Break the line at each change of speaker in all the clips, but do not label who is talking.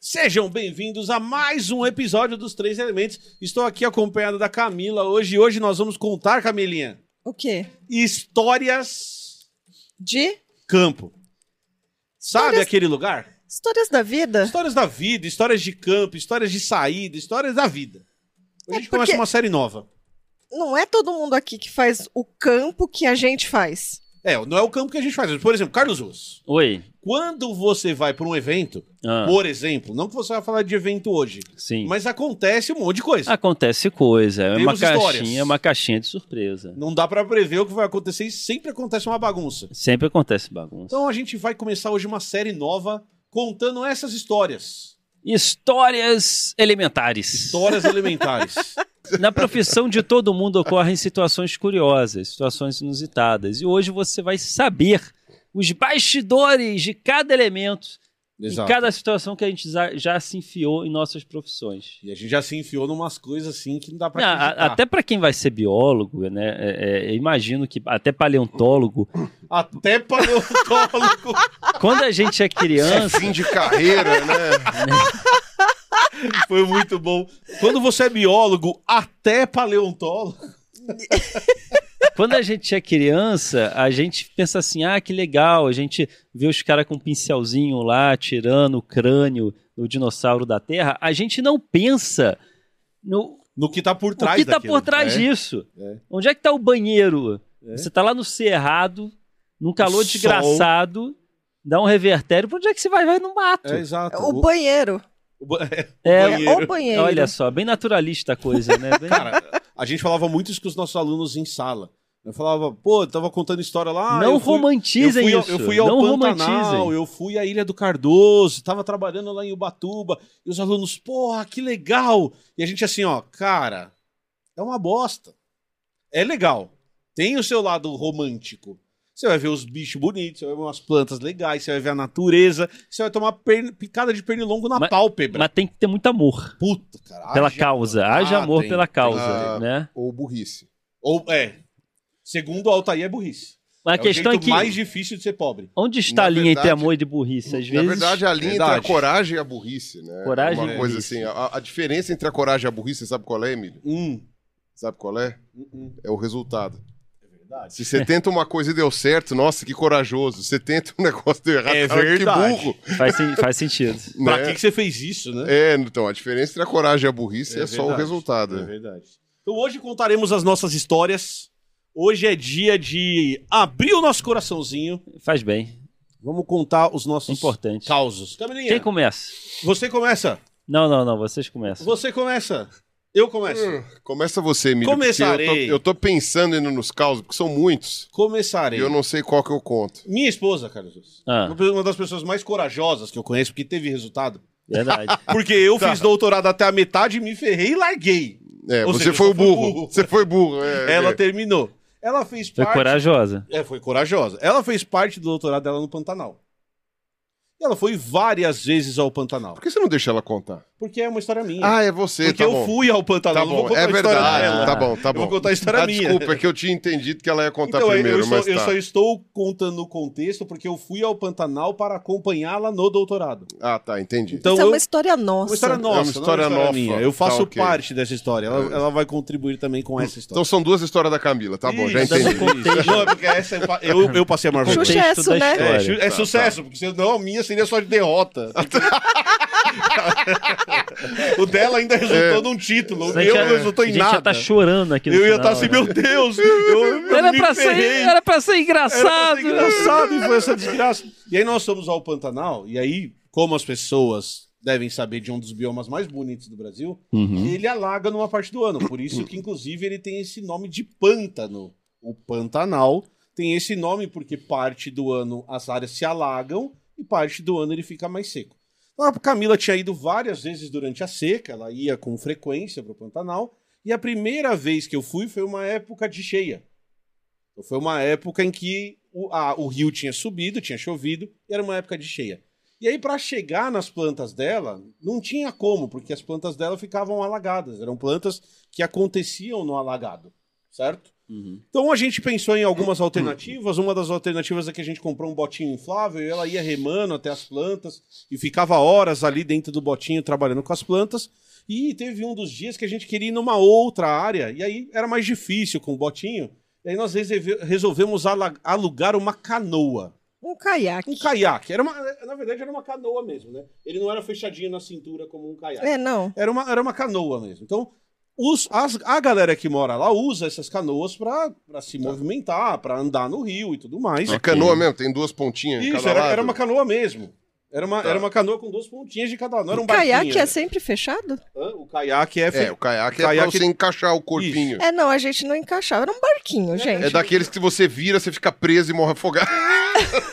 Sejam bem-vindos a mais um episódio dos Três Elementos. Estou aqui acompanhado da Camila hoje. E Hoje nós vamos contar, Camilinha,
O quê?
histórias
De
campo. Sabe
Histórias-
aquele lugar?
histórias da vida?
Histórias da vida, histórias de campo, histórias de saída, histórias da vida. Hoje
É
a gente começa
porque-
uma série nova.
Não é todo mundo aqui que faz o campo que a gente faz.
É, não é o campo que a gente faz. Por exemplo, Carlos Ruas.
Oi.
Quando você vai para um evento,
Ah,
por exemplo, não que você vai falar de evento hoje,
sim.
mas acontece um monte de coisa.
Ah.
Acontece coisa. É uma
Temos histórias.
caixinha, é uma caixinha de surpresa.
Não dá para prever o que vai acontecer e sempre acontece uma bagunça.
Sempre acontece bagunça.
Então a gente vai começar hoje uma série nova contando essas histórias.
Histórias elementares.
Histórias elementares.
Na profissão de todo mundo ocorrem situações curiosas, situações inusitadas. E hoje você vai saber os bastidores de cada elemento, de cada situação que a gente já, já se enfiou em nossas profissões.
E a gente já se enfiou numas coisas assim que não dá pra
Ah, a-
acreditar.
até para quem vai ser biólogo, né? é- é, imagino que até paleontólogo.
Até paleontólogo.
Quando a gente é criança,
Fim de carreira, né?
Foi muito bom. Quando você é biólogo, até paleontólogo.
Quando a gente é criança, a gente pensa assim: ah, que legal, a gente vê os caras com um pincelzinho lá tirando o crânio do dinossauro da Terra. A gente não pensa no
No que tá por
o
trás
que está
daquilo.
por trás
É.
disso.
É.
Onde é que está o banheiro?
É.
Você está lá no cerrado, num calor
Sol.
desgraçado, dá um revertério, pra onde é que você vai? Vai no mato.
É, exato.
O banheiro.
O ba- é,
É,
o banheiro.
O banheiro.
Olha só, bem naturalista a coisa, né? Bem-
Cara, a gente falava muito isso com os nossos alunos em sala. Eu falava, pô, eu tava contando história lá.
não
eu fui-
romantizem
eu fui,
isso.
Eu fui ao
não
Pantanal,
romantizem.
eu fui à Ilha do Cardoso, tava trabalhando lá em Ubatuba, e os alunos, porra, que legal! E a gente assim, ó, cara, é uma bosta. É legal. Tem o seu lado romântico. Você vai ver os bichos bonitos, você vai ver umas plantas legais, você vai ver a natureza, você vai tomar perna- picada de pernilongo na
Mas-
pálpebra.
Mas tem que ter muito amor.
Puta, cara.
pela
haja-
causa.
Ah,
Haja amor
tem,
pela
tem.
causa,
Ah.
né?
Ou burrice.
Ou, é. Segundo o Altair, é burrice.
Mas a
é
questão
o
é
jeito
que
mais difícil de ser pobre.
onde está
Na
a linha entre
verdade-
amor e de burrice? Às
Na
vezes,
verdade, a linha entre
Verdade.
a coragem e a burrice, né?
Coragem
Uma
e
coisa
burrice.
assim. A, a diferença entre a coragem e a burrice, sabe qual é, Emílio?
Hum.
Sabe qual é?
Uh-uh.
É o resultado. Se você tenta uma coisa e deu certo, nossa, que corajoso. Você tenta um negócio e deu errado,
É
cara,
verdade.
que burro.
faz, sen- faz sentido.
Pra
né?
que que você fez isso, né?
É, então, a diferença entre a coragem e a burrice é, só o
verdade,
resultado.
É verdade. Então hoje contaremos as nossas histórias. Hoje é dia de abrir o nosso coraçãozinho.
Faz bem.
Vamos contar os nossos
Importante.
causos. Camilinha,
Quem começa?
você começa.
Não, não, não. Vocês começam.
Você começa. Eu começo.
Hum. Começa você, Emílio. porque Eu tô,
Começarei.
eu tô pensando ainda nos causos, porque são muitos.
Começarei.
E eu não sei qual que eu conto.
Minha esposa, Carlos.
Ah.
Uma das pessoas mais corajosas que eu conheço, porque teve resultado.
Verdade.
Ah,
Porque eu
tá.
fiz doutorado até a metade, me ferrei e larguei.
É,
Ou
você
seja, eu
foi
só
o
fui
burro.
burro.
Você foi burro. é,
Ela
é.
terminou. Ela fez
Foi
parte.
corajosa.
É, foi corajosa. Ela fez parte do doutorado dela no Pantanal. E ela foi várias vezes ao Pantanal.
Por que você não deixa ela contar?
Porque é uma história minha.
Ah, é você,
Porque
tá
eu
bom.
fui ao Pantanal.
Tá
não vou
bom,
contar
é
a história
verdade.
dela.
Tá bom, tá
Eu
bom.
vou contar a história
Ah,
minha.
Desculpa, é que eu tinha entendido que ela ia contar
Então,
primeiro,
eu, só,
mas
eu
tá.
só estou contando o contexto porque eu fui ao Pantanal para acompanhá-la no doutorado.
Ah, tá, entendi.
Então,
Isso é
eu-
uma história nossa. né?
uma história nossa, não é uma
história
história
nova.
minha. Eu faço
Tá, ok. É.
parte dessa história. Ela, ela vai contribuir também com essa história.
Então são duas histórias da Camila, tá bom, já
Isso,
entendi.
isso. Não, é porque essa é pa- eu, eu passei a maior vergonha.
Xuxa é
Contexto da
né?
história.
É, chu- é sucesso, porque senão a minha seria só de derrota. o dela ainda resultou num título, o
A
meu
já-
não resultou
a
em
gente já
nada.
tá chorando aqui no
eu ia
final,
estar assim,
né?
meu Deus, eu, eu
Era
me
pra, ser,
ferrei.
era pra ser
Era pra
engraçado.
ser engraçado e foi essa desgraça. E aí nós fomos ao Pantanal, e aí, como as pessoas devem saber de um dos biomas mais bonitos do Brasil, ele alaga numa parte do ano. Por isso que, inclusive, ele tem esse nome de pântano. O Pantanal tem esse nome porque parte do ano as áreas se alagam e parte do ano ele fica mais seco. Então, a Camila tinha ido várias vezes durante a seca, ela ia com frequência para o Pantanal, e a primeira vez que eu fui foi uma época de cheia. Então, foi uma época em que o, a- o rio tinha subido, tinha chovido, e era uma época de cheia. E aí, para chegar nas plantas dela, não tinha como, porque as plantas dela ficavam alagadas. Eram plantas que aconteciam no alagado, certo? Então a gente pensou em algumas alternativas. Uma das alternativas é que a gente comprou um botinho inflável e ela ia remando até as plantas e ficava horas ali dentro do botinho trabalhando com as plantas. E teve um dos dias que a gente queria ir numa outra área e aí era mais difícil com o botinho. E aí nós reseve- resolvemos ala- alugar uma canoa.
Um caiaque.
Um caiaque. Era uma, na verdade, era uma canoa mesmo, né? Ele não era fechadinho na cintura como um caiaque.
É, não.
Era uma, era uma canoa mesmo. Então, os, as- a galera que mora lá usa essas canoas pra, pra
Tá.
se movimentar, pra andar no rio e tudo mais.
É canoa mesmo, tem duas pontinhas. em
Isso,
cada
era,
lado.
era uma canoa mesmo. Era uma,
Tá.
era uma canoa com duas pontinhas de cada lado. Não era um
o caiaque
barquinho.
é sempre fechado?
Hã? O caiaque é... fe-
É, o caiaque, é pra
Caiaque-
você encaixar o corpinho.
É, não, a gente não encaixava. Era um barquinho, gente.
É daqueles que você vira, você fica preso e morre afogado.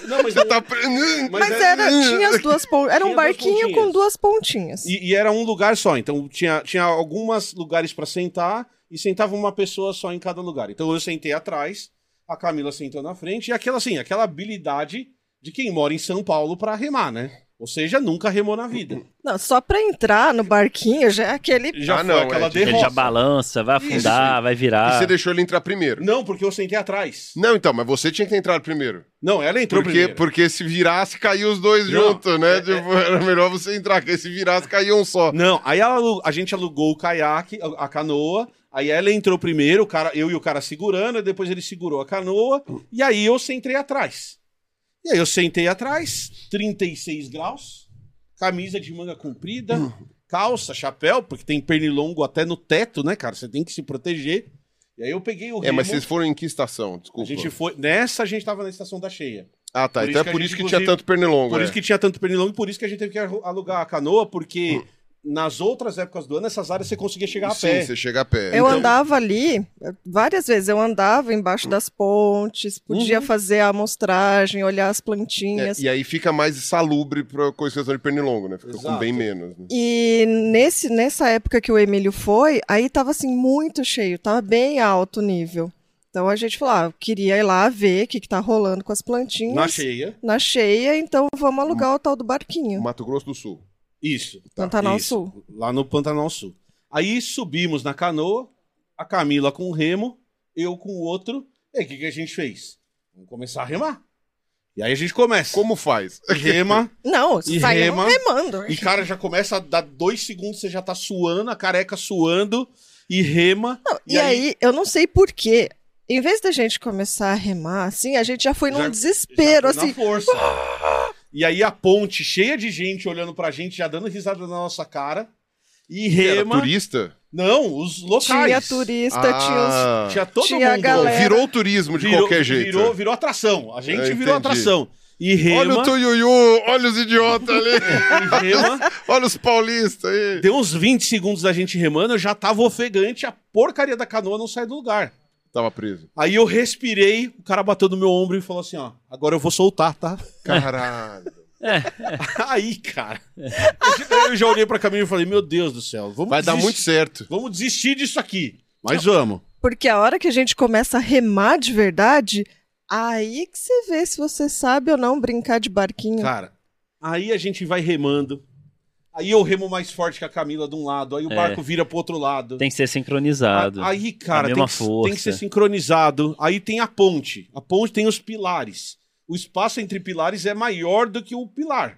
Não, mas...
Você tá preso.
Mas era, tinha as duas pontas.
é
Era
Tinha
um
duas
barquinho
pontinhas.
com duas pontinhas.
E, e era um lugar só, então tinha, tinha alguns lugares pra sentar e sentava uma pessoa só em cada lugar. Então eu sentei atrás, a Camila sentou na frente e aquela assim, aquela habilidade de quem mora em São Paulo pra remar, né? Ou seja, nunca remou na vida.
Não, só pra entrar no barquinho já é aquele.
Já
Ah,
foi
não,
aquela
é, tipo,
Ele já
derrota.
balança, vai afundar, vai
E
virar.
é Ah.
você deixou ele entrar primeiro.
Não, porque eu sentei atrás.
Não, então, mas você tinha que ter entrado primeiro.
Não, ela entrou
Porque,
primeiro.
porque se virasse, caiu os dois
Não, é,
juntos, né? Tipo, era melhor você entrar, porque se virasse, caiu um só.
Não, aí ela alu- a gente alugou o caiaque, a- a canoa. Aí ela entrou primeiro, o cara, eu e o cara segurando, e depois ele segurou a canoa, e aí eu sentei atrás. E aí eu sentei atrás, 36 graus, camisa de manga comprida, calça, chapéu, porque tem pernilongo até no teto, né, cara? Você tem que se proteger. E aí eu peguei o
É, mas
remo,
vocês foram em que estação?
a
Desculpa.
gente foi, nessa a gente tava na estação da cheia.
Ah, tá.
por
então
isso que
é
a
por
gente,
isso que tinha
inclusive-
tanto pernilongo.
Por
é.
isso que tinha tanto pernilongo e por isso que a gente teve que arru- alugar a canoa, porque nas outras épocas do ano, essas áreas você conseguia chegar a
Hum. Sim,
pé.
você chega a pé.
Então
Então,
Eu andava ali várias vezes. Eu andava embaixo das pontes, podia
Uhum.
fazer a amostragem, olhar as
É,
plantinhas.
e aí fica mais salubre pra coisa de pernilongo, né? Fica com
Exato.
bem menos. né?
E nesse, nessa época que o Emílio foi, aí tava assim muito cheio, tava bem alto o nível. Então a gente falou, ah, eu queria ir lá ver o que, que tá rolando com as plantinhas.
Na cheia.
Na cheia, então vamos alugar o tal do barquinho.
Mato Grosso do Sul.
Isso.
Pantanal
Isso.
Sul.
Lá no Pantanal Sul. Aí subimos na canoa, a Camila com um remo, eu com o outro. E aí o que, que a gente fez? Vamos começar a remar. E aí a gente começa.
Como é faz?
Rema.
Não,
E
saímos
rema.
é?
remando.
e, cara, já começa a dar dois segundos, você já tá suando, a careca suando. E rema.
E, aí, eu não sei por quê. Em vez da gente começar a remar, assim, a gente já foi num
Já-
desespero,
Já foi na
assim.
força. E aí a ponte cheia de gente olhando pra gente, já dando risada na nossa cara. E
Era
rema.
turista?
Não, os locais.
Tinha turista, tinha os.
Ah.
Tinha todo
Tinha a
mundo.
Bom,
galera.
Virou turismo de qualquer jeito.
Virou, virou atração. A gente
Eu entendi.
virou atração. E
Olha
rema,
o Tuiuiu, olha os idiotas ali,
e rema.
olha os paulistas aí.
Deu uns 20 segundos da gente remando, eu já tava ofegante, a porcaria da canoa não sai do lugar.
Tava preso.
Aí eu respirei, o cara bateu no meu ombro e falou assim, ó, agora eu vou soltar, tá?
Caralho.
Aí, cara, eu já- eu já olhei pra Camila e falei, meu Deus do céu, vamos
Vai dar
desistir-
muito certo.
Vamos desistir disso aqui, mas vamos.
Porque a hora que a gente começa a remar de verdade, aí que você vê se você sabe ou não brincar de barquinho.
Cara, aí a gente vai remando, aí eu remo mais forte que a Camila de um lado, aí o
É.
barco vira pro outro lado.
Tem que ser sincronizado.
A- Aí, cara,
A
tem
mesma
que,
força.
tem que ser sincronizado. Aí tem a ponte. A ponte tem os pilares. O espaço entre pilares é maior do que o pilar.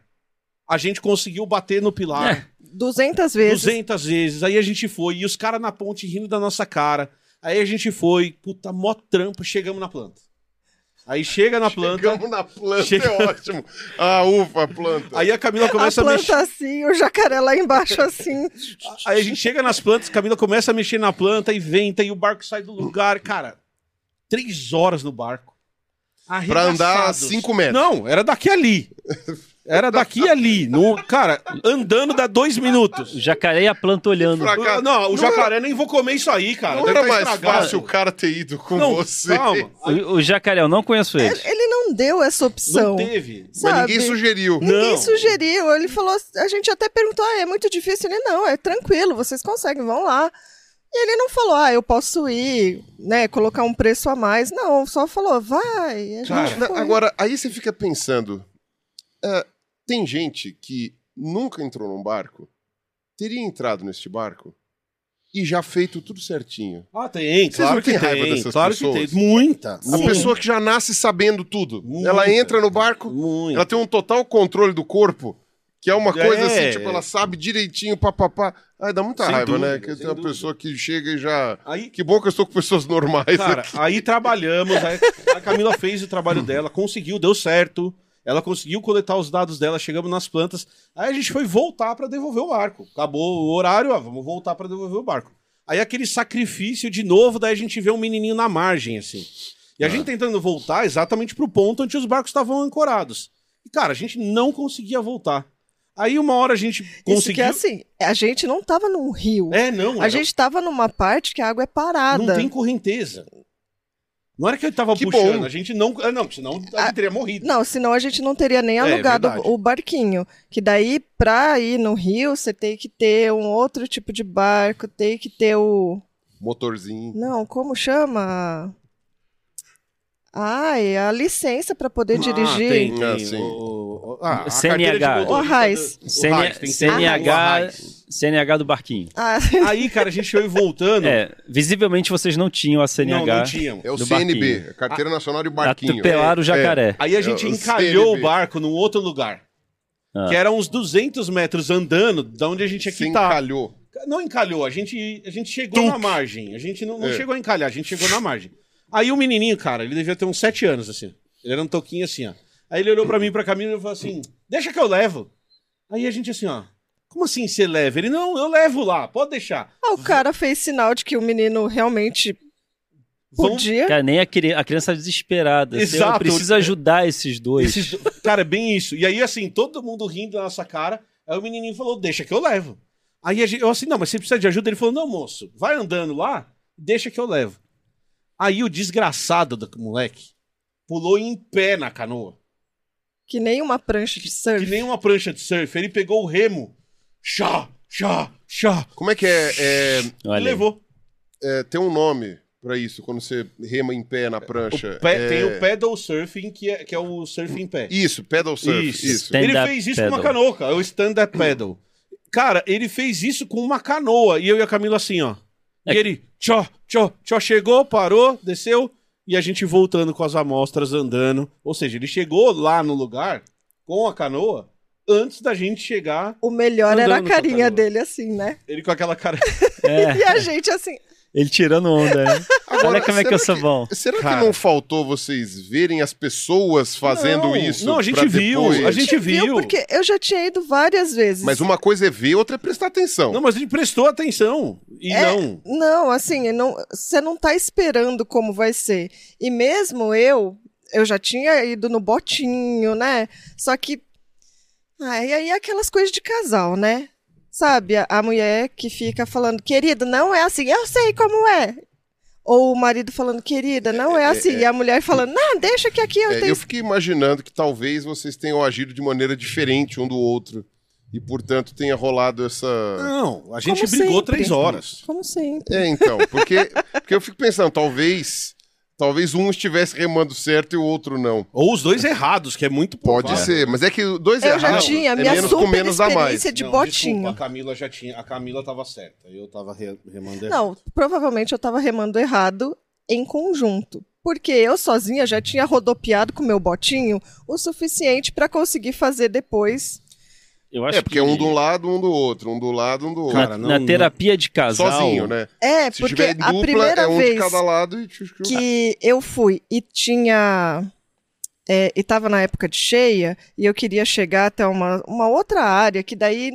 A gente conseguiu bater no pilar
200
É.
vezes.
200 vezes. Aí a gente foi. E os caras na ponte rindo da nossa cara. Aí a gente foi. Puta, mó trampo. Chegamos na planta. Aí chega na planta.
Chegamos na planta,
Chega-
é ótimo. Ah, ufa, a planta.
Aí a Camila
A
um começa a, mexer.
planta assim, o jacaré lá embaixo assim.
Aí a gente chega nas plantas, Camila começa a mexer na planta e venta e o barco sai do lugar. Cara, três horas no barco.
pra andar
Arregaçados.
5 metros.
Não, era daqui ali. Era daqui ali. No, cara, andando dá dois
O
minutos. Ah,
jacaré e a planta olhando.
Fraco. Cara,
Não, o
não
jacaré nem vou comer isso aí, cara.
Não
Deve
era
tá
mais
estragado.
fácil o cara ter ido com
Não,
você.
calma.
O, o jacaré, eu não conheço
É,
ele.
Ele não deu essa opção.
Não teve.
Mas
sabe?
ninguém sugeriu.
Ninguém
Não.
sugeriu. Ele falou, a gente até perguntou, ah, é muito difícil. Ele, não, é tranquilo, vocês conseguem, vão lá. E ele não falou, ah, eu posso ir, né, colocar um preço a mais. Não, só falou, vai. E A gente
Cara,
Na-
foi.
Agora, aí você fica pensando: ah, tem gente que nunca entrou num barco, teria entrado neste barco e já feito tudo certinho.
Ah, tem,
Vocês
claro
não
que
têm
tem.
raiva dessas
claro
pessoas?
que tem. Muita.
A pessoa que já nasce sabendo tudo.
Muita.
Ela entra no barco,
Muita.
ela tem um total controle do corpo, que é uma
É.
coisa assim, tipo, ela sabe direitinho, papapá. Ai, dá muita
Sem
raiva,
dúvida,
né? Que
sem
tem uma
dúvida.
pessoa que chega e já.
Aí-
Que bom que eu estou com pessoas normais
Cara,
aqui.
aí trabalhamos, aí a Camila fez o trabalho dela, conseguiu, deu certo. Ela conseguiu coletar os dados dela, chegamos nas plantas. Aí a gente foi voltar pra devolver o barco. Acabou o horário, ó, vamos voltar pra devolver o barco. Aí aquele sacrifício de novo, daí a gente vê um menininho na margem assim. E a gente tentando voltar exatamente pro ponto onde os barcos estavam ancorados. E cara, a gente não conseguia voltar. Aí uma hora a gente conseguiu.
Isso que é assim, a gente não tava num rio.
É, não.
a
era-
gente tava numa parte que a água é parada.
Não tem correnteza. Não era que eu tava
Que
puxando,
bom.
a gente não. ah, Não, senão a gente teria morrido.
Não, senão a gente não teria nem
É,
alugado
verdade.
o o barquinho. Que daí, pra ir no rio, você tem que ter um outro tipo de barco, tem que ter o.
Motorzinho.
Não, como chama? Ai, a licença pra poder dirigir.
tem, tem,
Ah, sim.
o- o- ah, a carteira
CNH.
de
O
motorista
Arraiz.
do- o
CN-
Arraiz, tem que ter o
CNH,
Arraiz.
CNH do barquinho.
Ah,
Aí, cara, a gente foi voltando.
É, visivelmente vocês não tinham a
não,
CNH.
não tinha.
É o
Do
CNB,
barquinho.
a Carteira Nacional de Barquinho.
Atropelaram Tá o jacaré.
Aí a gente
É, o
encalhou
CNB.
o barco num outro lugar.
Ah.
Que era uns 200 metros andando da onde a gente tá. tinha
É, se
que estar.
encalhou.
Não encalhou, a gente, a gente chegou na margem. A gente não, não
É.
chegou a encalhar, a gente chegou na margem. Aí o menininho, cara, ele devia ter uns sete anos, assim. Ele era um toquinho assim, ó. Aí ele olhou pra mim, e pra Camila e falou assim, deixa que eu levo. Aí a gente assim, ó, como assim você leva? Ele, não, eu levo lá, pode deixar.
ah, o cara fez sinal de que o menino realmente
Vão-
podia.
Cara, nem a, cri- a criança desesperada. Assim, eu
Exato.
preciso ajudar esses dois.
Esses do- Cara, é bem isso. E aí, assim, todo mundo rindo da nossa cara. Aí o menininho falou, deixa que eu levo. Aí a gente- eu assim, não, mas você precisa de ajuda? Ele falou, não, moço, vai andando lá, deixa que eu levo. Aí o desgraçado do moleque pulou em pé na canoa.
Que nem uma prancha de
Que
surf.
nem uma prancha de surf. Ele pegou o remo, chá, chá, chá,
Como é que é, é,
e
Olha aí.
levou.
é, Tem um nome pra isso, quando você rema em pé na prancha.
Pé-
É-
Tem o pedal surfing, que é, que é o surf em pé.
Isso, pedal surf. Isso.
Isso.
Stand-up
Ele fez isso com uma
paddle.
canoa, cara. O stand-up paddle. Cara, ele fez isso com uma canoa. E eu e a Camila assim, ó. E ele, tchó, tchó, tchó, chegou, parou, desceu. E a gente voltando com as amostras, andando. Ou seja, ele chegou lá no lugar, com a canoa, antes da gente chegar,
O melhor era
Andando
a
com a
carinha
canoa.
dele, assim, né?
ele com aquela cara... É.
E a gente, assim,
Ele tirando onda, né? Olha como é que eu sou
será
bom.
Será
Cara.
que não faltou vocês verem as pessoas fazendo
Não,
isso?
não, a gente
pra
viu,
depois?
a gente- viu.
Porque eu já tinha ido várias vezes.
Mas uma coisa é ver, outra é prestar atenção.
Não, mas ele prestou atenção. E
É,
não...
Não, assim, não, você não tá esperando como vai ser. E mesmo eu, eu já tinha ido no botinho, né? Só que. Ah, e aí aquelas coisas de casal, né? Sabe, a, a mulher que fica falando, querido, não é assim, eu sei como é. Ou o marido falando, querida, não é, assim. E a mulher falando, não, deixa que aqui eu
É,
tenho.
eu fiquei imaginando que talvez vocês tenham agido de maneira diferente um do outro e, portanto, tenha rolado essa.
Não, a gente
Como
brigou
sempre.
três horas.
Como sempre.
É, então, porque, porque eu fico pensando, talvez talvez um estivesse remando certo e o outro não.
Ou os dois errados, que é muito
Pode
provável.
ser, mas é que dois
Eu já
errados
tinha a
é
minha
menos com
super
menos a mais.
experiência de
Não,
botinho.
desculpa, a Camila já tinha. A Camila tava certa. Eu tava re- remando
É.
errado.
Não, provavelmente eu tava remando errado em conjunto. Porque eu sozinha já tinha rodopiado com meu botinho o suficiente pra conseguir fazer depois.
Eu
É, porque
que
um de um lado, um do outro, um do lado, um do outro.
Cara,
na
não-
terapia de casal.
Sozinho, né?
É,
Se
porque
tiver em
a
dupla,
primeira
é um de
vez
cada lado e...
que eu fui e tinha. é, e tava na época de cheia, e eu queria chegar até uma, uma outra área, que daí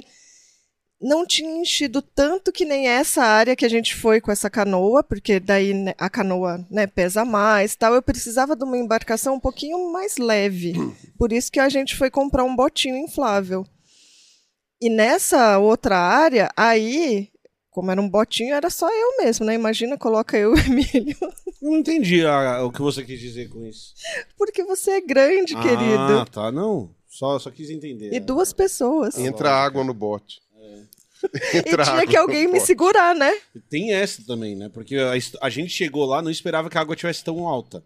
não tinha enchido tanto que nem essa área que a gente foi com essa canoa, porque daí né, a canoa né, pesa mais tal. Eu precisava de uma embarcação um pouquinho mais leve. Por isso que a gente foi comprar um botinho inflável. E nessa outra área, aí, como era um botinho, era só eu mesmo, né? Imagina, coloca eu e o Emílio.
Eu não entendi a- o que você quis dizer com isso.
Porque você é grande, querido.
Ah, tá, não. Só, só quis entender.
E duas pessoas. E,
Entra água no bote. Entra
tinha
água
que alguém
no
me
bote.
segurar, né?
Tem essa também, né? Porque a, est- a gente chegou lá, não esperava que a água tivesse tão alta.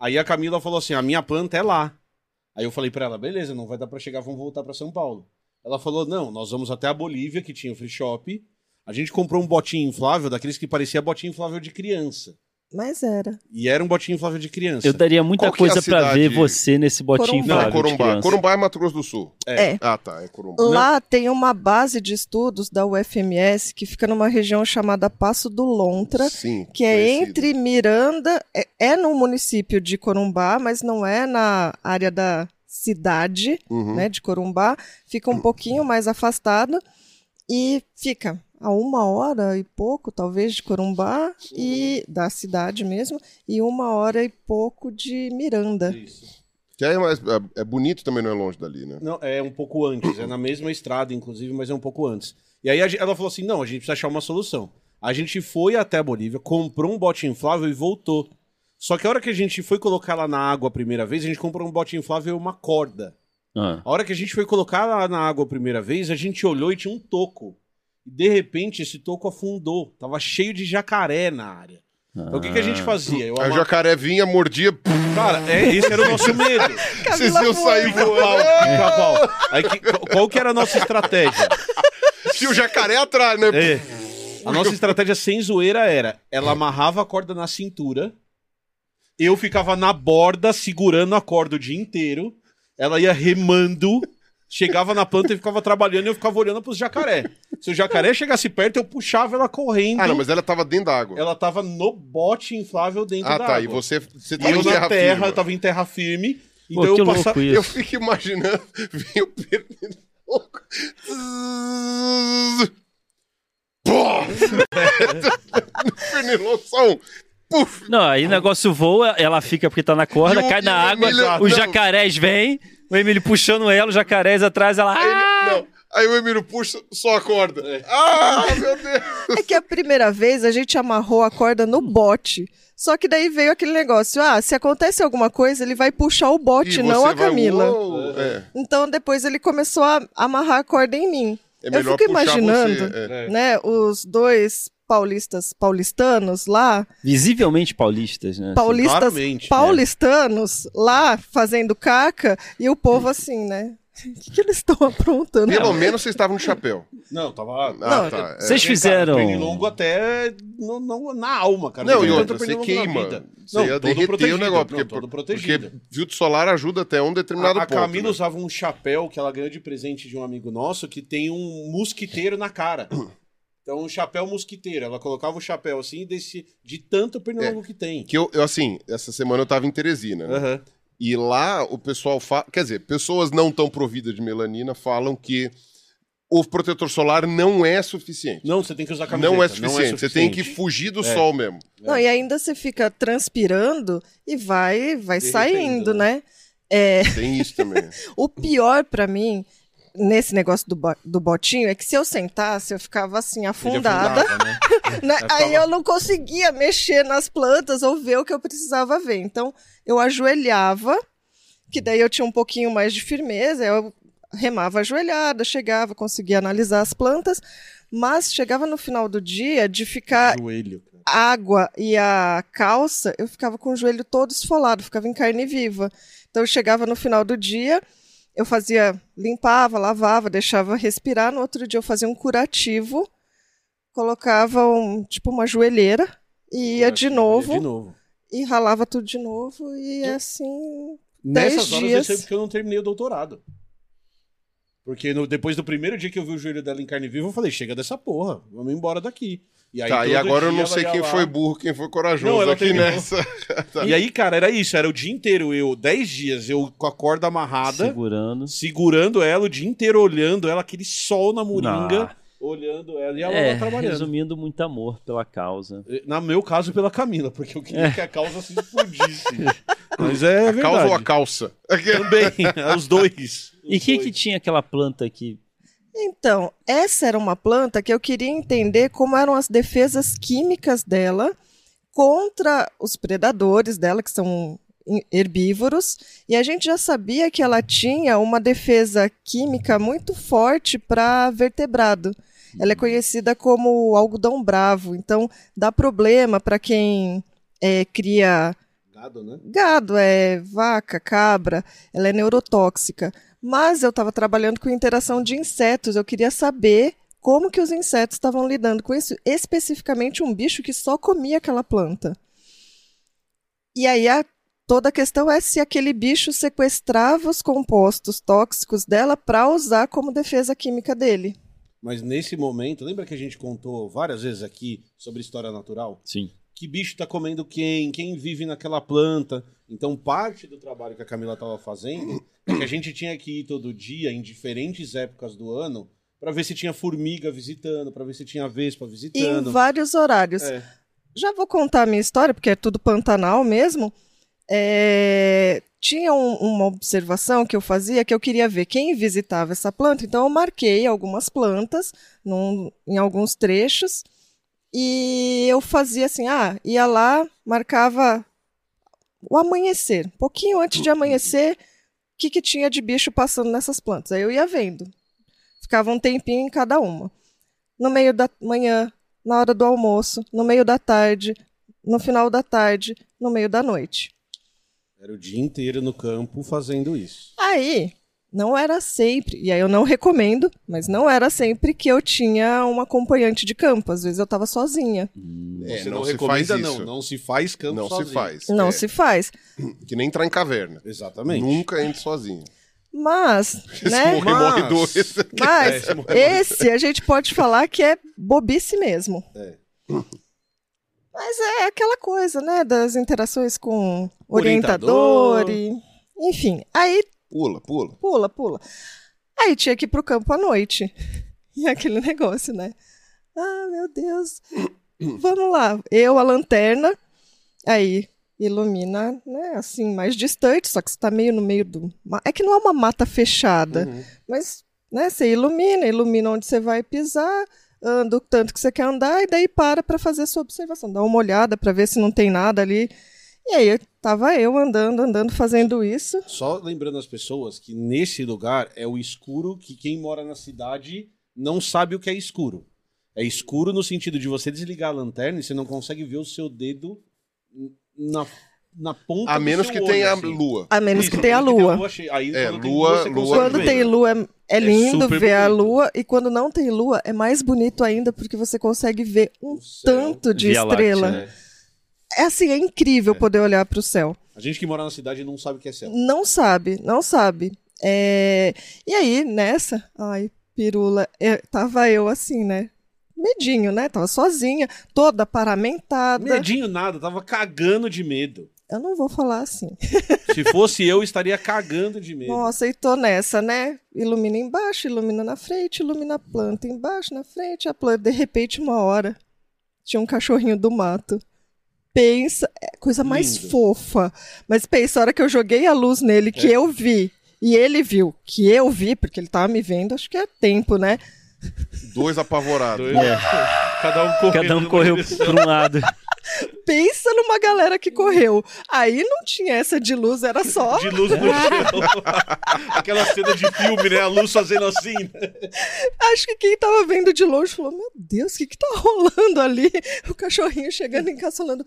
Aí a Camila falou assim: a minha planta é lá. Aí eu falei pra ela: beleza, não vai dar pra chegar, vamos voltar pra São Paulo. Ela falou: não, nós vamos até a Bolívia, que tinha o free shop. A gente comprou um botinho inflável, daqueles que parecia botinho inflável de criança.
Mas era.
E era um botinho inflável de criança.
Eu daria muita
Qual que é a
coisa pra
cidade?
ver você nesse botinho
Corumbá.
Não, é
inflável de
Corumbá.
criança.
Corumbá é Mato Grosso do Sul.
É.
Ah, tá, é Corumbá.
Lá tem uma base de estudos da UFMS que fica numa região chamada Passo do Lontra,
Sim,
que é
conhecido.
entre Miranda, é, é no município de Corumbá, mas não é na área da cidade,
Uhum.
né, de Corumbá, fica um pouquinho mais afastado e fica a uma hora e pouco, talvez, de Corumbá e da cidade mesmo, e uma hora e pouco de Miranda.
Que aí é, mais, é, é bonito também, não é longe dali, né?
Não, é um pouco antes, é na mesma estrada, inclusive, mas é um pouco antes. E aí a gen- ela falou assim: não, a gente precisa achar uma solução. A gente foi até a Bolívia, comprou um bote inflável e voltou. Só que a hora que a gente foi colocar lá na água a primeira vez, a gente comprou um bote inflável e uma corda.
Ah.
A hora que a gente foi colocar lá na água a primeira vez, a gente olhou e tinha um toco. E de repente esse toco afundou. Tava cheio de jacaré na área. Então o que, que a gente fazia? Eu
Aí É o
ama-
jacaré vinha, mordia, pff,
Cara, é, esse era o nosso medo.
vocês
Camila
iam sair
voando.
Pau,
voando.
pica-pau. Aí que- qual que era a nossa estratégia?
Tinha o jacaré atrás, né?
É. A nossa estratégia sem zoeira era: ela amarrava a corda na cintura, eu ficava na borda segurando a corda o dia inteiro, ela ia remando, chegava na planta e ficava trabalhando e eu ficava olhando pros jacaré. Se o jacaré chegasse perto, eu puxava ela correndo.
Ah, não, mas ela tava dentro da água.
Ela tava no bote inflável dentro
ah,
da
tá,
água.
e você, você
E
tava
eu
em
na
terra,
terra, eu
firme.
tava em terra firme.
Pô,
Então eu
que louco
passava.
Eu
isso.
fico imaginando, vinha o pernilongo. Zzzz. Pô! pernilongo só um. Puf!
Não, aí o negócio voa, ela fica porque tá na corda,
E o-
cai
e
na
o
água,
Emílio-
os
não.
jacarés vêm, o Emílio puxando ela, os jacarés atrás, ela.
Aí,
"Ah!"
não, aí o Emílio puxa, só acorda.
É.
Ah, meu Deus!
É que a primeira vez a gente amarrou a corda no bote. Só que daí veio aquele negócio: ah, se acontece alguma coisa, ele vai puxar o bote,
E
não
você
a
vai,
Camila.
uou, é.
Então depois ele começou a amarrar a corda em mim.
É
Eu
melhor
fico
puxar
imaginando,
você, é.
né, os dois paulistas paulistanos lá,
Visivelmente paulistas, né?
paulistas
Assim, claramente,
paulistanos lá fazendo caca e o
Hum.
povo assim, né? O que, que eles estão aprontando?
Pelo menos você estava no chapéu.
Não, tava.
Ah,
Não,
tá. é.
Vocês
Porque,
fizeram.
Cara, pernilongo até no, no- na alma, cara.
Não, e
tem tanto
outra, você
pernilongo na vida.
queima. Você
Não,
ia
todo
derreter o
protegido,
negócio.
não,
Porque,
todo
porque
protegido.
filtro solar ajuda até um determinado
A, a
ponto.
Camila
né?
usava um chapéu que ela ganhou de presente de um amigo nosso que tem um mosquiteiro na cara. Então, um chapéu mosquiteiro. Ela colocava o chapéu assim e descia de tanto
É.
pernilongo que tem.
Que eu, eu, assim, essa semana eu tava em Teresina, né?
Aham.
E lá o pessoal fala. Quer dizer, pessoas não tão providas de melanina falam que o protetor solar não é suficiente.
Não, É. você tem que usar
Não,
camiseta.
é, suficiente. Você tem que fugir do sol mesmo.
Não, e ainda você fica transpirando e vai, vai
Derretendo,
saindo,
né?
né? É,
Tem isso
Tá
também.
o pior pra mim nesse negócio do, bo- do botinho é que se eu sentasse, eu ficava assim
Ele
afundada.
afundava, né?
né?
Aí ficava-
Aí eu não conseguia mexer nas plantas ou ver o que eu precisava ver. Então eu ajoelhava, que daí eu tinha um pouquinho mais de firmeza, eu remava ajoelhada, chegava, conseguia analisar as plantas, mas chegava no final do dia de ficar
Joelho. cara.
a água e a calça, eu ficava com o joelho todo esfolado, ficava em carne viva. Então eu chegava no final do dia, eu fazia, limpava, lavava, deixava respirar. No outro dia eu fazia um curativo, colocava um, tipo uma joelheira e ia É de novo,
É De novo.
e ralava tudo de novo e assim. Dez
Nessas horas eu
dias.
sei porque eu não terminei o doutorado. Porque no- depois do primeiro dia que eu vi o joelho dela em carne viva, eu falei, chega dessa porra, vamos embora daqui. E aí,
tá, e
todo
agora eu
dia
não
ela
sei
ia
quem
lá.
foi tá. burro, quem foi corajoso
Não, ela
aqui
terminou.
nessa.
E aí, cara, era isso, era o dia inteiro, eu, 10 dias, eu com a corda amarrada,
Segurando.
segurando ela, o dia inteiro olhando ela, aquele sol na moringa.
Nah.
Ô, olhando ela e ela
É,
lá trabalhando. Eh,
resumindo, muito amor pela causa.
Na meu caso, pela Camila, porque eu queria que a causa se explodisse. Mas é
A calça ou a
verdade.
calça?
Também, é os dois.
E o que, que tinha aquela planta que.
Então, essa era uma planta que eu queria entender como eram as defesas químicas dela contra os predadores dela, que são in- herbívoros, e a gente já sabia que ela tinha uma defesa química muito forte para vertebrado. Ela é conhecida como o algodão bravo, então dá problema para quem eh, cria
Gado, né?
Gado é vaca, cabra, ela é neurotóxica. Mas eu estava trabalhando com interação de insetos, eu queria saber como que os insetos estavam lidando com isso, especificamente um bicho que só comia aquela planta. E aí a- toda a questão é se aquele bicho sequestrava os compostos tóxicos dela para usar como defesa química dele.
Mas nesse momento, lembra que a gente contou várias vezes aqui sobre história natural?
Sim.
Que bicho tá comendo quem, quem vive naquela planta. Então, parte do trabalho que a Camila tava fazendo é que a gente tinha que ir todo dia, em diferentes épocas do ano, pra ver se tinha formiga visitando, pra ver se tinha vespa
E em
visitando.
vários horários.
É.
Já vou contar a minha história, porque é tudo Pantanal mesmo. É, Tinha um- uma observação que eu fazia que eu queria ver quem visitava essa planta, então eu marquei algumas plantas num- em alguns trechos e eu fazia assim: ah, ia lá, marcava o amanhecer, um pouquinho antes de amanhecer, o que, que tinha de bicho passando nessas plantas. Aí eu ia vendo, ficava um tempinho em cada uma. No meio da manhã, na hora do almoço, no meio da tarde, no final da tarde, no meio da noite.
Era o dia inteiro no campo fazendo isso.
Aí, não era sempre, e aí eu não recomendo, mas não era sempre que eu tinha um acompanhante de campo, às vezes eu estava sozinha.
É, não, se faz isso.
não. Não se faz campo
Não
sozinho.
se faz.
Não
É,
se faz.
Que nem entrar em caverna.
Exatamente.
Nunca entre sozinho.
Mas,
Se
né?
morrer, morre
Mas-
dois.
Mas É, esse a gente pode falar que é bobice mesmo.
É.
Mas é aquela coisa, né? Das interações com
Orientador.
orientador, e- enfim. Aí
Pula, pula.
pula, pula. Aí tinha que ir pro campo à noite. E aquele negócio, né? Ah, meu Deus. Vamos lá. Eu, a lanterna. Aí ilumina, né? Assim, mais distante, só que você tá meio no meio do. ma- É que não é uma mata fechada, mas, né? Você ilumina, ilumina onde você vai pisar, anda o tanto que você quer andar, e daí para pra fazer a sua observação. Dá uma olhada pra ver se não tem nada ali. E aí tava eu andando, andando, fazendo isso.
Só lembrando as pessoas que nesse lugar é o escuro que quem mora na cidade não sabe o que é escuro. É escuro no sentido de você desligar a lanterna e você não consegue ver o seu dedo n- na, na ponta
A
do
menos
seu
que
olho,
tenha
assim.
lua.
A menos
Isso,
que tenha a
a menos que
lua.
cheia. Aí,
É,
quando tem
lua-
você
lua-
consegue
Quando
ver.
tem lua é, é
É
lindo
super
ver a
bonito.
lua e quando não tem lua é mais bonito ainda porque você consegue ver um
O céu,
tanto de
Via Láctea,
estrela.
né?
É assim, é incrível poder olhar para o céu.
A gente que mora na cidade não sabe o que é céu.
Não sabe, não sabe. É, E aí, nessa, ai, pirula, eu- tava eu assim, né? Medinho, né? Tava sozinha, toda paramentada.
Medinho nada, tava cagando de medo.
Eu não vou falar assim.
Se fosse eu, estaria cagando de medo.
Nossa, e tô nessa, né? Ilumina embaixo, ilumina na frente, ilumina a planta embaixo, na frente, a planta. De repente, uma hora, tinha um cachorrinho do mato. Pensa, é a coisa mais
Lindo.
fofa. Mas pensa, a hora que eu joguei a luz nele, que
É.
eu vi, e ele viu, que eu vi, porque ele tava me vendo, acho que é tempo, né?
Dois apavorados.
Cada um correu.
Cada um correu para um lado.
Pensa numa galera que correu. Aí não tinha essa de luz, era só.
de luz no chão. Aquela cena de filme, né? A luz fazendo assim.
Acho que quem tava vendo de longe falou: Meu Deus, o que que tá rolando ali? O cachorrinho chegando em casa falando: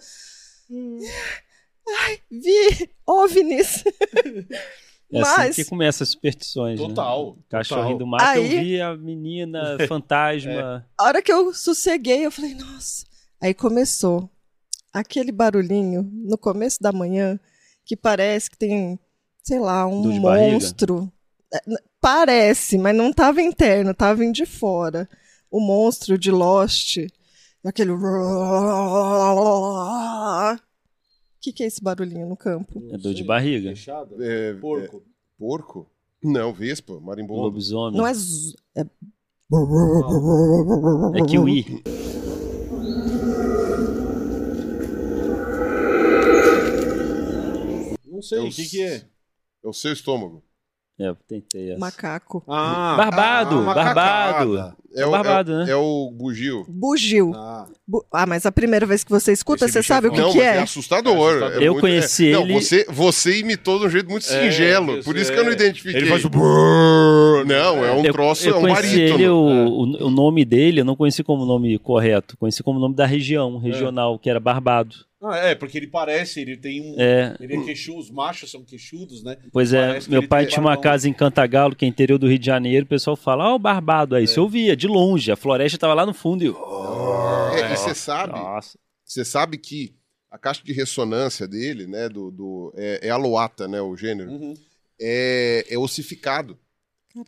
Ai, vi, OVNIs.
É
Mas-
assim que começa as superstições. né?
Total, total.
Cachorrinho do mato, eu
Aí-
vi a menina, fantasma.
A hora que eu sosseguei, eu falei: Nossa. Aí começou aquele barulhinho no começo da manhã que parece que tem, sei lá, um
Dor de barriga?
monstro. É, n- Parece, mas não tava interno, tava vindo de fora. O monstro de Lost. Aquele. O que, que é esse barulhinho no campo?
É dor de barriga.
Fechado.
É,
Porco.
Porco? Não, vespa, marimbondo.
Lobisomem.
Não é. z- é
É kiwi.
Não sei, o
Eu
que, que é?
É o seu estômago.
É, eu tentei essa.
Macaco.
Ah,
Barbado,
uma
barbado.
cacada.
É o,
Barbado,
é, o-
né?
é o bugio.
Bugio.
Ah,
Bu- Ah, mas a primeira vez que você escuta,
Esse
você
bicho
sabe
é
o
foda.
que,
não,
que
mas
é?
é assustador.
É assustador.
É
Eu
muito-
conheci
é-
ele-
Não, você, você imitou de um jeito muito
É,
singelo.
isso,
por isso que eu não
é.
identifiquei.
Ele faz o
brrr. Não, é um troço,
eu
é um
conheci
barítono.
ele, o, o- o nome dele, eu não conheci como nome correto, conheci como nome da região, regional, que era Barbado.
Ah, é, porque ele parece, ele tem um.
É,
Ele é queixudo, os machos são queixudos, né?
pois é,
Parece que
meu
ele
pai
tem
tinha uma
barbão.
casa em Cantagalo, que é interior do Rio de Janeiro, o pessoal fala, ah, o Barbado, aí isso eu via, de longe, a floresta tava lá no fundo e eu,
É, e você sabe,
nossa,
você sabe que a caixa de ressonância dele, né, do, do é, é aloata, né, o gênero,
Uhum.
é, é ossificado.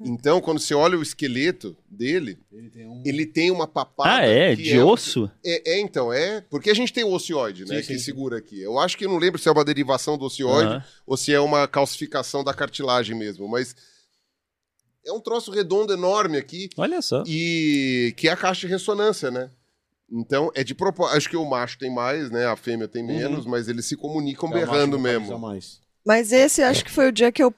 Então, quando você olha o esqueleto dele,
Ele tem um.
ele tem uma papada.
ah é,
que
de
é-
osso?
É, é, então, é. Porque a gente tem o ocioide, né?
Sim,
que
sim.
segura aqui. Eu acho que eu não lembro se é uma derivação do ocioide
Aham.
ou se é uma calcificação da cartilagem mesmo, mas é um troço redondo enorme aqui
Olha só.
e que é a caixa de ressonância, né? Então, é de propósito. Acho que o macho tem mais, né? A fêmea
Uhum.
tem menos, mas eles se comunicam
é um
berrando
macho
mesmo.
a mais.
Mas esse acho que foi o dia que eu.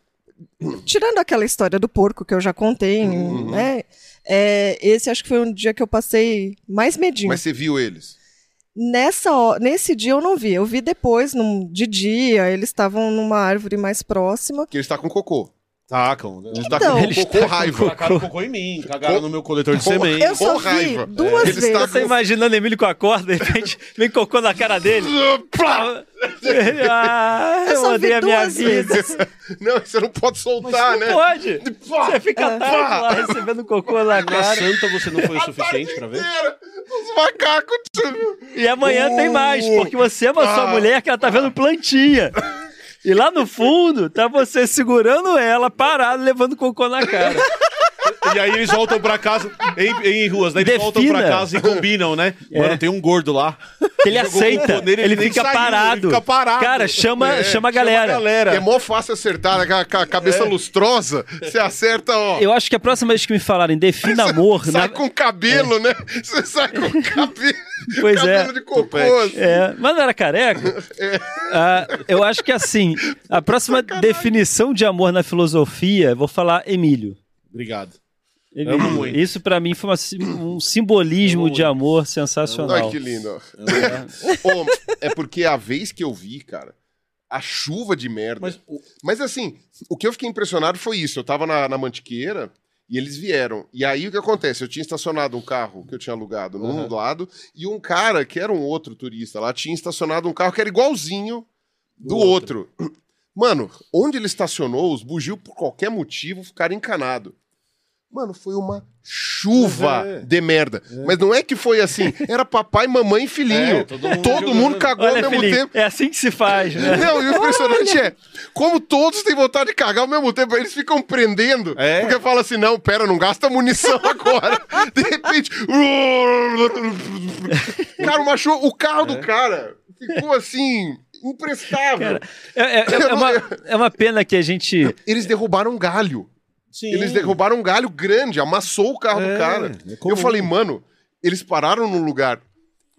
Tirando aquela história do porco que eu já contei,
Uhum.
né? É, esse acho que foi um dia que eu passei mais medinho.
Mas você viu eles?
Nessa, ho- nesse dia eu não vi. Eu vi depois, num, de dia, eles estavam numa árvore mais próxima.
Porque eles estão com cocô.
Tacam. né?
Eles
Então,
estão com
Eles
tá
cocô raiva.
Tacaram cocô em mim, cagaram no meu coletor de
Cocô-
semente.
Eu só
com raiva.
vi duas
Eles
vezes.
estavam-
Você Tá imaginando Emílio com a corda, de repente vem cocô na cara dele. Plá! ah,
Eu
eu
só
odeio
vi
a minha
duas
vida.
vezes.
Não, você não pode soltar, né? Ah,
Não pode.
Pá!
Você fica tarde lá recebendo cocô na
Na
cara.
santa você não foi o suficiente pra ver?
Inteira, Os macacos.
E amanhã tem mais, porque você ama sua
Ah.
mulher que ela tá vendo plantinha. E lá no fundo, tá você segurando ela, parado, levando cocô na cara.
E aí eles voltam pra casa em, em ruas, né? Eles
Defina.
voltam pra casa e combinam, né? Mano, tem um gordo lá.
Que ele aceita,
cocô nele,
ele,
ele nem
fica
saiu,
parado.
ele fica parado.
Cara, chama,
É,
chama a
Chama
galera.
a galera.
É mó fácil acertar, né? Com a- com a cabeça lustrosa, você acerta, ó.
É. Eu acho que a próxima vez que me falarem defina amor,
Sai
na- É.
com cabelo, né? Você sai com cabelo.
Pois é.
cabelo de cocô.
Topete.
assim.
É, mas não era careca?
É.
Ah, eu acho que assim, a próxima definição de amor na filosofia, eu vou falar Emílio.
Obrigado.
Emílio.
Amo muito.
Isso pra mim foi uma sim- um simbolismo de amor sensacional.
Ai, que lindo. Ô, é porque a vez que eu vi, cara, a chuva de merda.
Mas
Mas, assim, o que eu fiquei impressionado foi isso. Eu tava na, na Mantiqueira e eles vieram. E aí o que acontece? Eu tinha estacionado um carro que eu tinha alugado num lado e um cara, que era um outro turista lá, tinha estacionado um carro que era igualzinho do, outro. Mano, onde ele estacionou, os bugio, por qualquer motivo, ficaram encanados. Mano, foi uma chuva
É.
de merda. Mas não é que foi assim. Era papai, mamãe e filhinho.
É, todo
todo mundo,
mundo jogando.
cagou
Olha,
ao mesmo
Felipe,
tempo.
é assim que se faz, né?
Não, e o impressionante é, como todos têm vontade de cagar ao mesmo tempo, eles ficam prendendo,
É.
porque fala assim, não, pera, não gasta munição agora. De repente... cara, o macho, o carro do cara ficou assim, imprestável.
É, é- é- é uma, é uma pena que a gente.
Eles derrubaram um galho.
Sim.
Eles derrubaram um galho grande, amassou o carro
É,
do cara.
é comum.
eu falei, mano, eles pararam num lugar.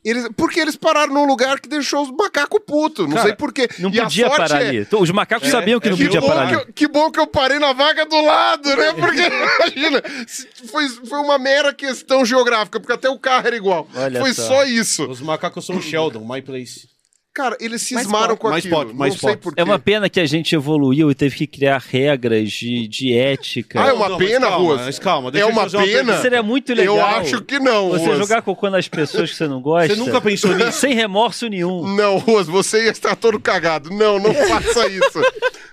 Eles, porque eles pararam num lugar que deixou os macacos putos. Não
Cara,
sei porquê.
Não podia parar
é
ali. Os macacos sabiam que
é
não
Que
podia
bom,
parar
que,
ali.
eu- que bom que eu parei na vaga do lado, né? Porque, imagina, se- foi, foi uma mera questão geográfica, porque até o carro era igual.
Olha
foi
só.
só isso.
Os macacos são o Sheldon, My Place.
Cara, eles cismaram
pode,
com
mais
aquilo.
pode, mais
não sei
pode.
porquê.
É uma pena que a gente evoluiu e teve que criar regras de, de ética.
Ah, é uma
Não, não, mas
pena,
calma,
Ruas.
mas calma,
é
deixa eu
uma
fazer uma
pena.
pergunta.
Seria muito legal.
Eu acho que não,
Você
Ruas.
jogar cocô nas pessoas que você não gosta.
Você nunca pensou nisso?
Sem remorso nenhum.
Não, Ruas, você ia estar todo cagado. Não, não faça isso.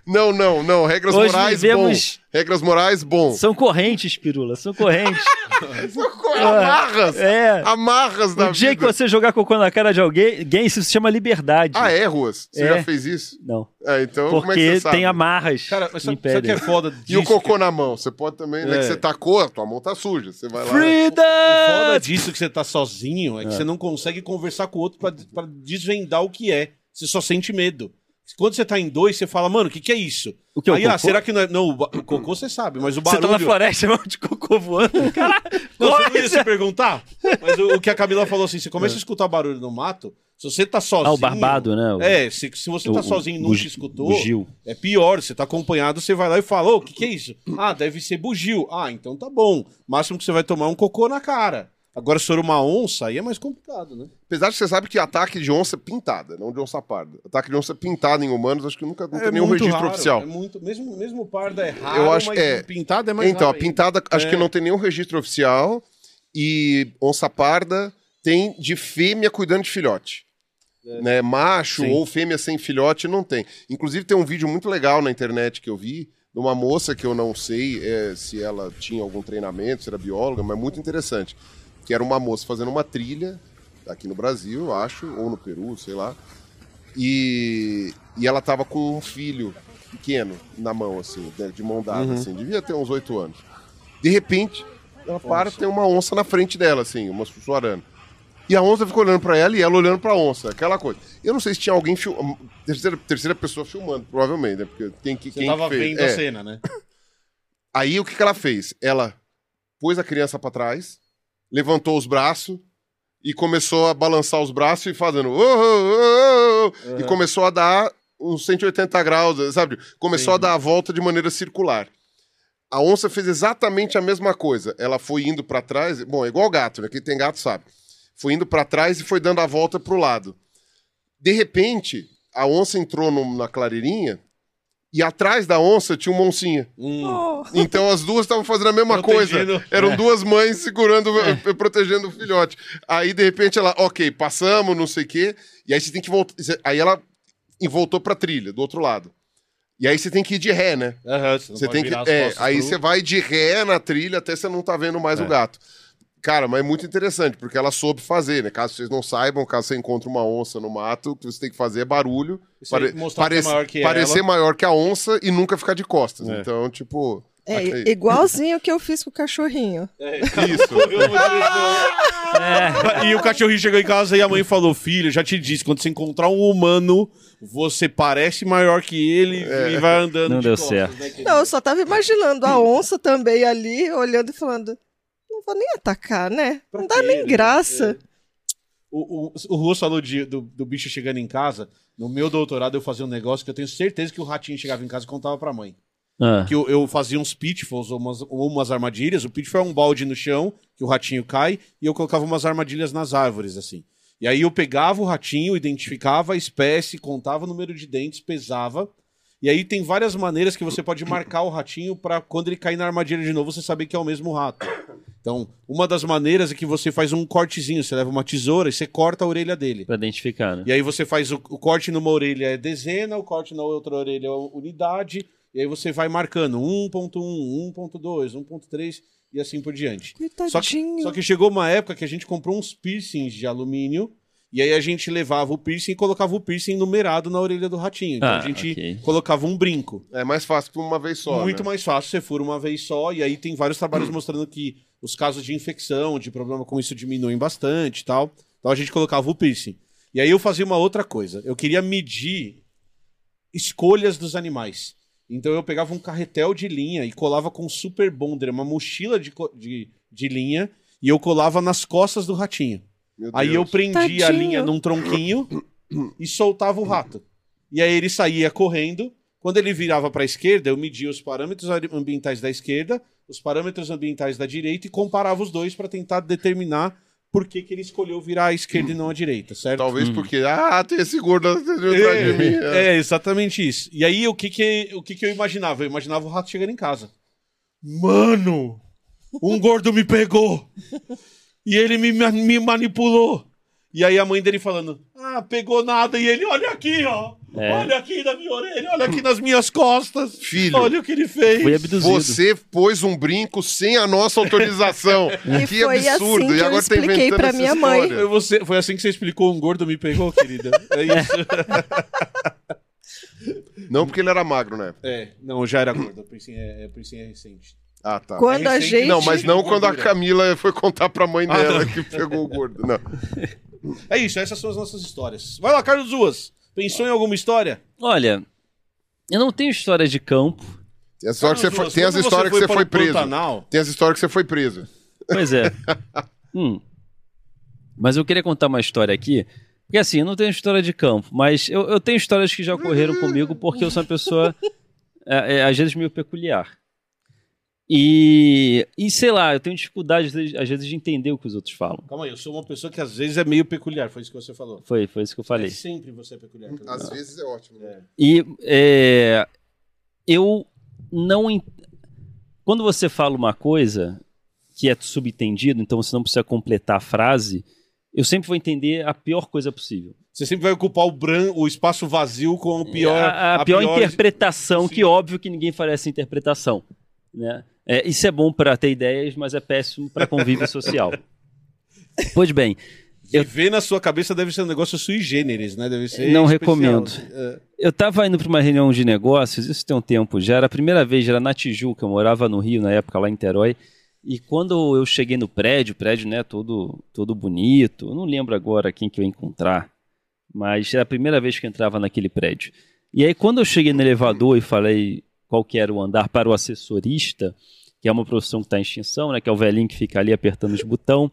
Não, não, não. Regras
Hoje
morais,
vivemos-
bom. Regras morais, bom.
São correntes, Pirula, são correntes.
Amarras.
É.
Amarras da
O dia que
vida.
você jogar cocô na cara de alguém, alguém, isso se chama liberdade.
Ah, é, Ruas? Você
É.
já fez isso?
Não.
Ah, então como é
Porque
que você sabe?
tem amarras
Cara, mas
que
sabe, sabe o que
impedem.
é foda
E o
disso,
cocô na mão. Você pode também, né?
É.
Que você tacou, tua mão tá suja. Você vai lá.
O foda
Freedom!
disso que você tá sozinho é que você não consegue conversar com o outro pra pra desvendar o que é. Você só é. sente medo. Quando você tá em dois, você fala, mano, o que, que é isso?
O que é o
Aí, ah,
cocô?
será que não é. Não, o, ba- o cocô você sabe, mas o
Você
barulho.
tá na floresta, mano, de cocô voando. Caralho,
Não, você
corre,
não ia se perguntar? Mas o, o que a Camila falou assim: você começa a escutar barulho no mato, se você tá sozinho.
É. Ah, o barbado, né? O-
É, se, se você tá
o-
sozinho e
o
nunca
Gi-
escutou,
o Gil.
é pior. Você tá acompanhado, você vai lá e fala: ô, o que, que é isso? Ah, deve ser bugio. Ah, então tá bom. Máximo que você vai tomar é um cocô na cara. Agora, se for uma onça, aí é mais complicado, né?
Apesar de você sabe que ataque de onça é pintada, não de onça parda. Ataque de onça é pintada em humanos, acho que nunca não tem nenhum
É muito
registro
raro,
oficial.
É muito, mesmo, mesmo parda é raro,
um Eu acho-
mas
é.
pintada é mais
então, a
raro ainda.
pintada, acho
É.
que não tem nenhum registro oficial. E onça parda tem de fêmea cuidando de filhote.
É.
Né, macho
Sim.
ou fêmea sem filhote não tem. Inclusive, tem um vídeo muito legal na internet que eu vi de uma moça que eu não sei é, se ela tinha algum treinamento, se era bióloga, mas muito interessante. Que era uma moça fazendo uma trilha aqui no Brasil, eu acho, ou no Peru, sei lá. E, e ela tava com um filho pequeno na mão, assim, de, de mão
Uhum.
dada, assim, devia ter uns oito anos. De repente, ela para tem uma onça na frente dela, assim, uma suarana. E a onça ficou olhando pra ela e ela olhando pra onça, aquela coisa. Eu não sei se tinha alguém fil- terceira, terceira pessoa filmando, provavelmente, né? Porque quem que
Você
quem
tava
que fez?
vendo
É.
a cena, né?
Aí o que, que ela fez? Ela pôs a criança pra trás, levantou os braços e começou a balançar os braços e fazendo. "Oh, oh, oh, oh", E começou a dar uns 180 graus, sabe? Começou a dar a volta de maneira circular. A onça fez exatamente a mesma coisa. Ela foi indo pra trás, bom, é igual gato, né? Quem tem gato sabe. Foi indo pra trás e foi dando a volta pro lado. De repente, a onça entrou no- na clareirinha e atrás da onça tinha uma oncinha.
Oh,
Então as duas estavam fazendo a mesma
Protegendo.
coisa. Eram duas mães segurando, eh, protegendo o filhote. Aí de repente ela, ok, passamos, não sei o quê. E aí você tem que voltar. Aí ela e voltou pra trilha, do outro lado. E aí você tem que ir de ré, né?
Aham, não
Você
pode
tem que.
virar as
É,
costas
aí
pro- É.
você vai de ré na trilha até você não tá vendo mais o gato. Cara, mas é muito interessante, porque ela soube fazer, né? Caso vocês não saibam, caso você encontre uma onça no mato, o que você tem que fazer é barulho.
Isso aí, mostrar que é maior que
parecer
ela.
maior que a onça e nunca ficar de costas. Então, tipo.
é
ok.
igualzinho que eu fiz com o cachorrinho.
Isso.
E o cachorrinho chegou em casa e a mãe falou: Filho, já te disse, quando você encontrar um humano, você parece maior que ele e vai andando.
Não
de
deu
costas,
certo.
né, querido?
Não, eu só tava imaginando a onça também ali, olhando e falando: não vou nem atacar, né? Não dá nem graça.
O, o, o Russo falou de- do, do bicho chegando em casa. No meu doutorado, eu fazia um negócio que eu tenho certeza que o ratinho chegava em casa e contava pra mãe.
Ah,
que eu, eu fazia uns pitfalls ou umas, ou umas armadilhas. O pitfall é um balde no chão, que o ratinho cai, e eu colocava umas armadilhas nas árvores, assim. E aí eu pegava o ratinho, identificava a espécie, contava o número de dentes, pesava. E aí tem várias maneiras que você pode marcar o ratinho pra quando ele cair na armadilha de novo, você saber que é o mesmo rato. Então, uma das maneiras é que você faz um cortezinho, você leva uma tesoura e você corta a orelha dele.
pra identificar, né?
E aí você faz o, o corte numa orelha é dezena, o corte na outra orelha é unidade, e aí você vai marcando 1.1, 1.2, 1.3 e assim por diante. Só que,
Coitadinho.
só que chegou uma época que a gente comprou uns piercings de alumínio, e aí a gente levava o piercing e colocava o piercing numerado na orelha do ratinho. Então
Ah,
a gente
ok.
colocava um brinco.
É mais fácil que uma vez só.
Muito
né?
mais fácil, você fura uma vez só, e aí tem vários trabalhos mostrando que os casos de infecção, de problema com isso diminuem bastante e tal. Então a gente colocava o piercing. E aí eu fazia uma outra coisa. Eu queria medir escolhas dos animais. Então eu pegava um carretel de linha e colava com um super bonder, uma mochila de, co- de, de linha, e eu colava nas costas do ratinho.
Meu
Aí eu
Deus.
prendia a
Tadinho.
linha num tronquinho e soltava o rato. E aí ele saía correndo. Quando ele virava para a esquerda, eu media os parâmetros ari- ambientais da esquerda, os parâmetros ambientais da direita e comparava os dois para tentar determinar por que, que ele escolheu virar à esquerda e não à direita, certo?
Talvez porque. Ah, tem esse gordo atrás de mim. É.
Hum. É, é, exatamente isso. E aí, o que que, o que que eu imaginava? Eu imaginava o rato chegando em casa. Mano, um gordo me pegou. E ele me, ma- me manipulou. E aí a mãe dele falando, ah, pegou nada. E ele, olha aqui, ó.
É.
Olha aqui na minha orelha, olha aqui nas minhas costas.
Filho,
Olha o que ele fez.
Foi abduzido.
Você pôs um brinco sem a nossa autorização.
E
que
foi
absurdo.
assim que
e
eu
agora tá
expliquei
inventando
pra
essa
minha mãe.
história.
Foi você- foi assim que você explicou, um gordo me pegou, querida. É isso.
Não porque ele era magro, né?
é, não, já era gordo. O piercing é, é, o piercing é recente.
Ah, tá.
Quando a
recente-
gente.
Não, mas não quando a
Gordura.
Camila foi contar pra mãe
Ah,
dela
não.
que pegou o gordo. Não.
É isso, essas são as nossas histórias. Vai lá, Carlos Ruas. Pensou em alguma história?
Olha, eu não tenho história de campo.
Tem as histórias que você foi, tem as
Quando
histórias que você
para
foi
o
preso.
Pantanal,
Tem as histórias que você foi preso.
Pois é. Hum. Mas eu queria contar uma história aqui. Porque assim, eu não tenho história de campo, mas eu, eu tenho histórias que já ocorreram comigo porque eu sou uma pessoa, é, é, às vezes, meio peculiar. E, e sei lá, eu tenho dificuldade, às vezes- às vezes, de entender o que os outros falam.
Calma aí, eu sou uma pessoa que às vezes é meio peculiar, foi isso que você falou.
Foi, foi isso que eu
É
falei.
sempre você é peculiar. cara.
Às vezes é ótimo. né?
É.
E é, eu não. en- Quando você fala uma coisa que é subentendido, então você não precisa completar a frase, eu sempre vou entender a pior coisa possível.
Você sempre vai ocupar o, bran... o espaço vazio com o pior.
a, a pior, interpretação,
Sim.
que óbvio que ninguém faria essa interpretação. Né? É, isso é bom para ter ideias, mas é péssimo para convívio social. Pois bem,
Viver na sua cabeça deve ser um negócio sui generis, né? Deve ser.
Não
especial.
recomendo.
É.
eu estava indo para uma reunião de negócios, isso tem um tempo já, era a primeira vez, já era na Tijuca, eu morava no Rio na época, lá em Terói, e quando eu cheguei no prédio, o prédio né, todo, todo bonito, eu não lembro agora quem que eu ia encontrar, mas era a primeira vez que eu entrava naquele prédio. E aí quando eu cheguei no elevador e falei qual que era o andar para o assessorista, que é uma profissão que está em extinção, né, que é o velhinho que fica ali apertando os botão,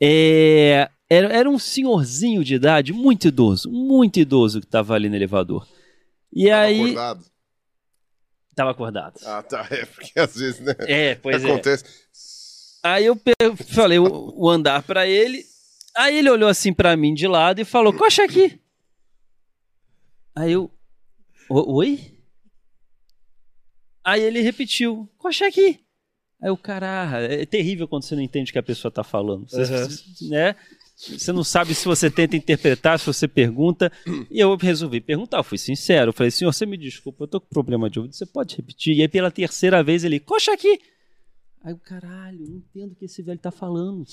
é, era, era um senhorzinho de idade, muito idoso, muito idoso que estava ali no elevador. E
Tava
aí...
Acordado.
Tava acordado.
Ah, tá. É porque às vezes, né?
É, pois é.
acontece.
Aí eu pe- eu falei o, o andar pra ele. Aí ele olhou assim pra mim de lado e falou: Coxa aqui. Aí eu. "O- Oi? Aí ele repetiu: Coxa aqui. Aí eu, caraca, é terrível quando você não entende o que a pessoa tá falando. Você, né? Você não sabe se você tenta interpretar, se você pergunta. E eu resolvi perguntar, eu fui sincero. Eu falei, senhor, você me desculpa, eu tô com problema de ouvido, você pode repetir? E aí pela terceira vez ele, coxa aqui. Aí eu, caralho, eu não entendo o que esse velho tá falando.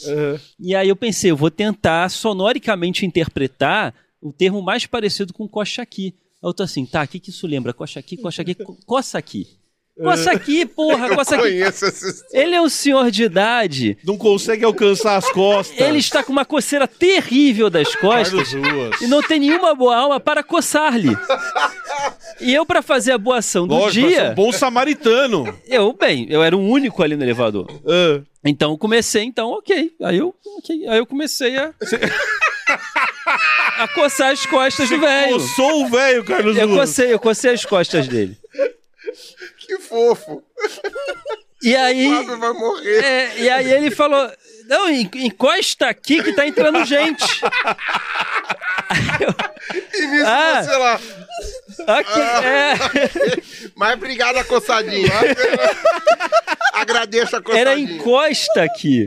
E aí eu pensei, eu vou tentar sonoricamente interpretar o termo mais parecido com coxa aqui. Aí eu tô assim, tá, o que que isso lembra? Coxa aqui, coxa aqui, co- coça aqui. Coça aqui, porra, coça aqui.
Conheço essas.
Ele é um senhor de idade,
Não consegue alcançar as costas.
ele está com uma coceira terrível das
Carlos
costas
Ruas.
e não tem nenhuma boa alma para coçar-lhe. E eu, para fazer a boa ação do
Lógico, vai ser um
dia,
bom samaritano.
eu, bem, eu era o único ali no elevador. Então eu comecei, então, ok. Aí eu, ok. Aí eu comecei a. a coçar as costas do velho.
Eu sou o velho, Carlos
Eu
Ruas.
cocei, eu cocei as costas dele.
Que fofo.
E aí.
O Fábio vai morrer.
é, e aí ele falou: Não, en- encosta aqui que tá entrando gente.
E nisso,
Ah.
sei lá.
Aqui, é.
Mas obrigado a coçadinha. Agradeço a coçadinha.
Era encosta aqui.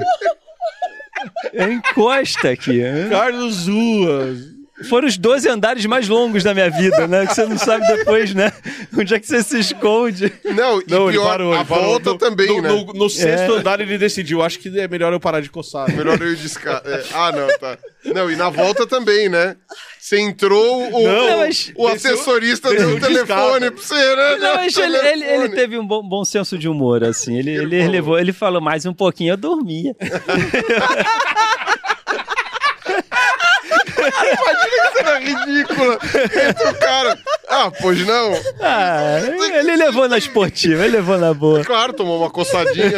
Era encosta aqui. né?
Carlos Ruas.
Foram os 12 andares mais longos da minha vida, né? Que você não sabe depois, né? Onde é que você se esconde.
Não, e
Não, ele
pior,
parou.
a
ele parou.
volta
No-
também,
no,
né?
no- no sexto andar ele decidiu, acho que é melhor eu parar de coçar. né?
Melhor eu ir de escada. É, Ah, não, tá. Não, e na volta também, né? Você entrou, o,
Não,
o,
mas-
o assessorista deu
desceu
um
de
telefone
escada.
pra você, né?
Não, mas ele, ele, ele
Telefone.
teve um bom, bom senso de humor, assim. Ele, ele,
falou.
levou, ele falou mais um pouquinho, eu dormia.
Isso era ridícula. Entra o cara. Ah, pois não.
Ah, ele levou na esportiva, ele levou na boa.
É Claro, tomou uma coçadinha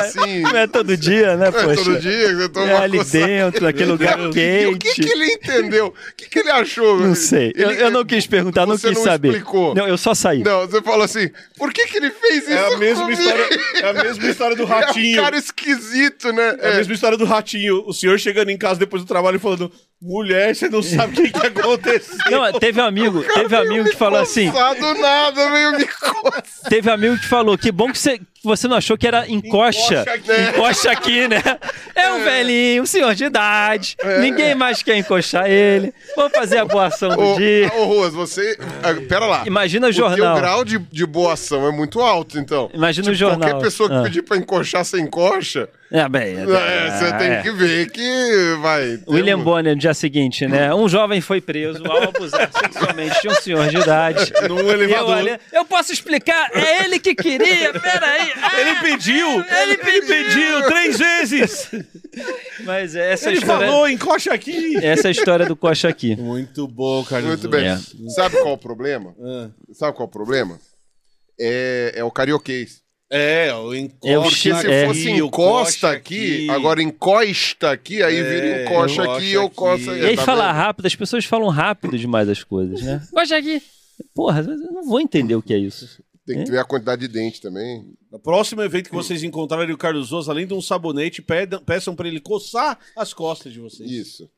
assim.
Não é todo dia, né,
não é todo
poxa?
dia que você toma
É
uma
ali
coçada.
dentro, naquele lugar
E o que, que
quente.
ele entendeu? O que, que ele achou?
Não sei. Eu,
Ele-
eu não quis perguntar, não
você
quis
não
saber.
explicou.
Não, eu só saí.
Não, você fala assim, por que, que ele fez isso?
É a mesma
comigo?
história, é a mesma história do
É
ratinho.
um cara esquisito, né?
É a mesma história do ratinho. O senhor chegando em casa depois do trabalho e falando: mulher, você não sabe o que, que aconteceu.
Não, teve um amigo, teve um amigo que falou assim,
Lá do nada veio me coçar.
teve um amigo que falou, que bom que você, que você não achou que era encoxa,
Encoxa
aqui.
encoxa aqui, né? É um velhinho, um senhor de idade, ninguém mais quer encoxar ele, vamos fazer a boa ação do
Ô,
dia.
ô, Ruas, você... ah, Pera lá.
Imagina o
O
jornal.
teu grau de, de boa ação é muito alto, então.
Imagina o
Tipo,
jornal.
Qualquer pessoa que
Ah.
pedir pra encoxar, você encoxa.
É, bem, é,
É, você tem
é.
que ver que vai... ter
William
um-
Bonner, no dia seguinte, né? Um jovem foi preso ao abusar sexualmente de um senhor de idade.
Num
Eu,
elevador.
olha, eu posso explicar, é ele que queria, peraí.
Ele pediu! Ele, pediu três vezes!
Mas essa
Ele
história.
falou, encoxa aqui!
Essa é a história do Coxa aqui.
Muito bom, Ah. Carlinhos.
Muito bem.
É.
Sabe qual o problema? Sabe qual o problema? É, é o carioquês.
É, o encoxa
Eu
Porque
Coxa
se
aqui,
fosse
o
encosta
coxa
aqui, agora encosta aqui, aí
É,
vira encosta
encoxa
aqui e eu
aqui.
costa.
E
E aí, ah,
tá
falar
vendo?
rápido, as pessoas falam rápido demais as coisas, né? Coxa aqui! Porra, eu não vou entender o que é isso.
Tem que ver a quantidade de dente também.
No próximo evento que vocês encontrarem o Carlos Oz, além de um sabonete, pedam- peçam pra ele coçar as costas de vocês.
Isso.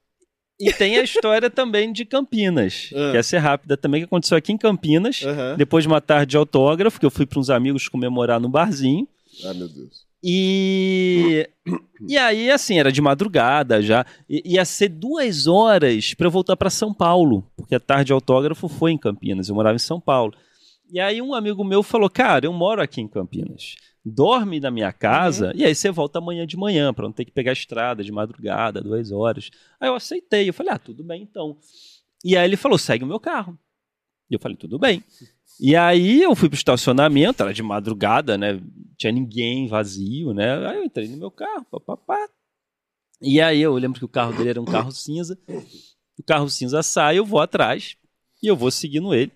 E tem a história também de Campinas,
Ah.
que essa é rápida também, que aconteceu aqui em Campinas.
Aham.
Depois de uma tarde de autógrafo, que eu fui para uns amigos comemorar no barzinho.
Ai, meu Deus.
E. E aí, assim, era de madrugada já. I- ia ser duas horas para eu voltar para São Paulo, porque a tarde de autógrafo foi em Campinas, eu morava em São Paulo. E aí, um amigo meu falou: Cara, eu moro aqui em Campinas. Dorme na minha casa e aí você volta amanhã de manhã, para não ter que pegar a estrada de madrugada, duas horas. Aí eu aceitei. Eu falei: Ah, tudo bem então. E aí ele falou: Segue o meu carro. E eu falei: Tudo bem. E aí eu fui pro estacionamento, era de madrugada, né? Tinha ninguém vazio, né? Aí eu entrei no meu carro, papapá. E aí eu lembro que o carro dele era um carro cinza. O carro cinza sai, eu vou atrás e eu vou seguindo ele.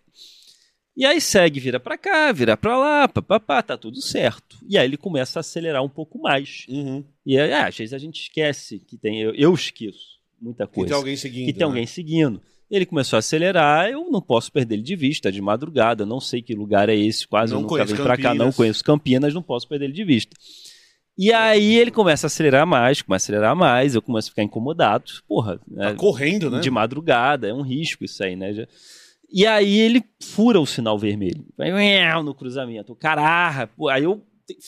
E aí segue, vira pra cá, vira pra lá, papapá, tá tudo certo. E aí ele começa a acelerar um pouco mais.
Uhum.
E aí, ah, às vezes a gente esquece que tem. Eu, eu esqueço muita
Que
coisa
tem alguém seguindo. né?
que tem alguém seguindo. Ele começou a acelerar, eu não posso perder ele de vista, de madrugada, não sei que lugar é esse, quase
Não
eu nunca
conheço
vim pra cá,
Campinas.
não conheço Campinas, não posso perder ele de vista. E aí ele começa a acelerar mais, começa a acelerar mais, eu começo a ficar incomodado, porra,
Né?
né?
Tá correndo, né?
de madrugada, é um risco isso aí, né? Já- E aí ele fura o sinal vermelho, vai ué, no cruzamento, caraca, pô, aí eu te-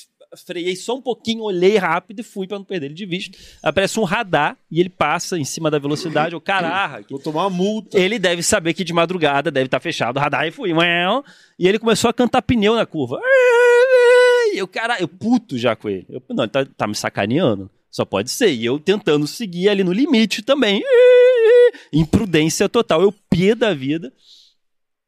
freiei só um pouquinho, olhei rápido e fui pra não perder ele de vista. Aparece um radar e ele passa em cima da velocidade, eu caraca,
Vou tomar uma multa.
ele deve saber que de madrugada deve estar fechado o radar e fui. uéu. E ele começou a cantar pneu na curva. E eu, cara, eu puto já com ele. Eu, não, ele tá, tá me sacaneando. Só pode ser. E eu tentando seguir ali no limite também. Imprudência total. Eu pia da vida.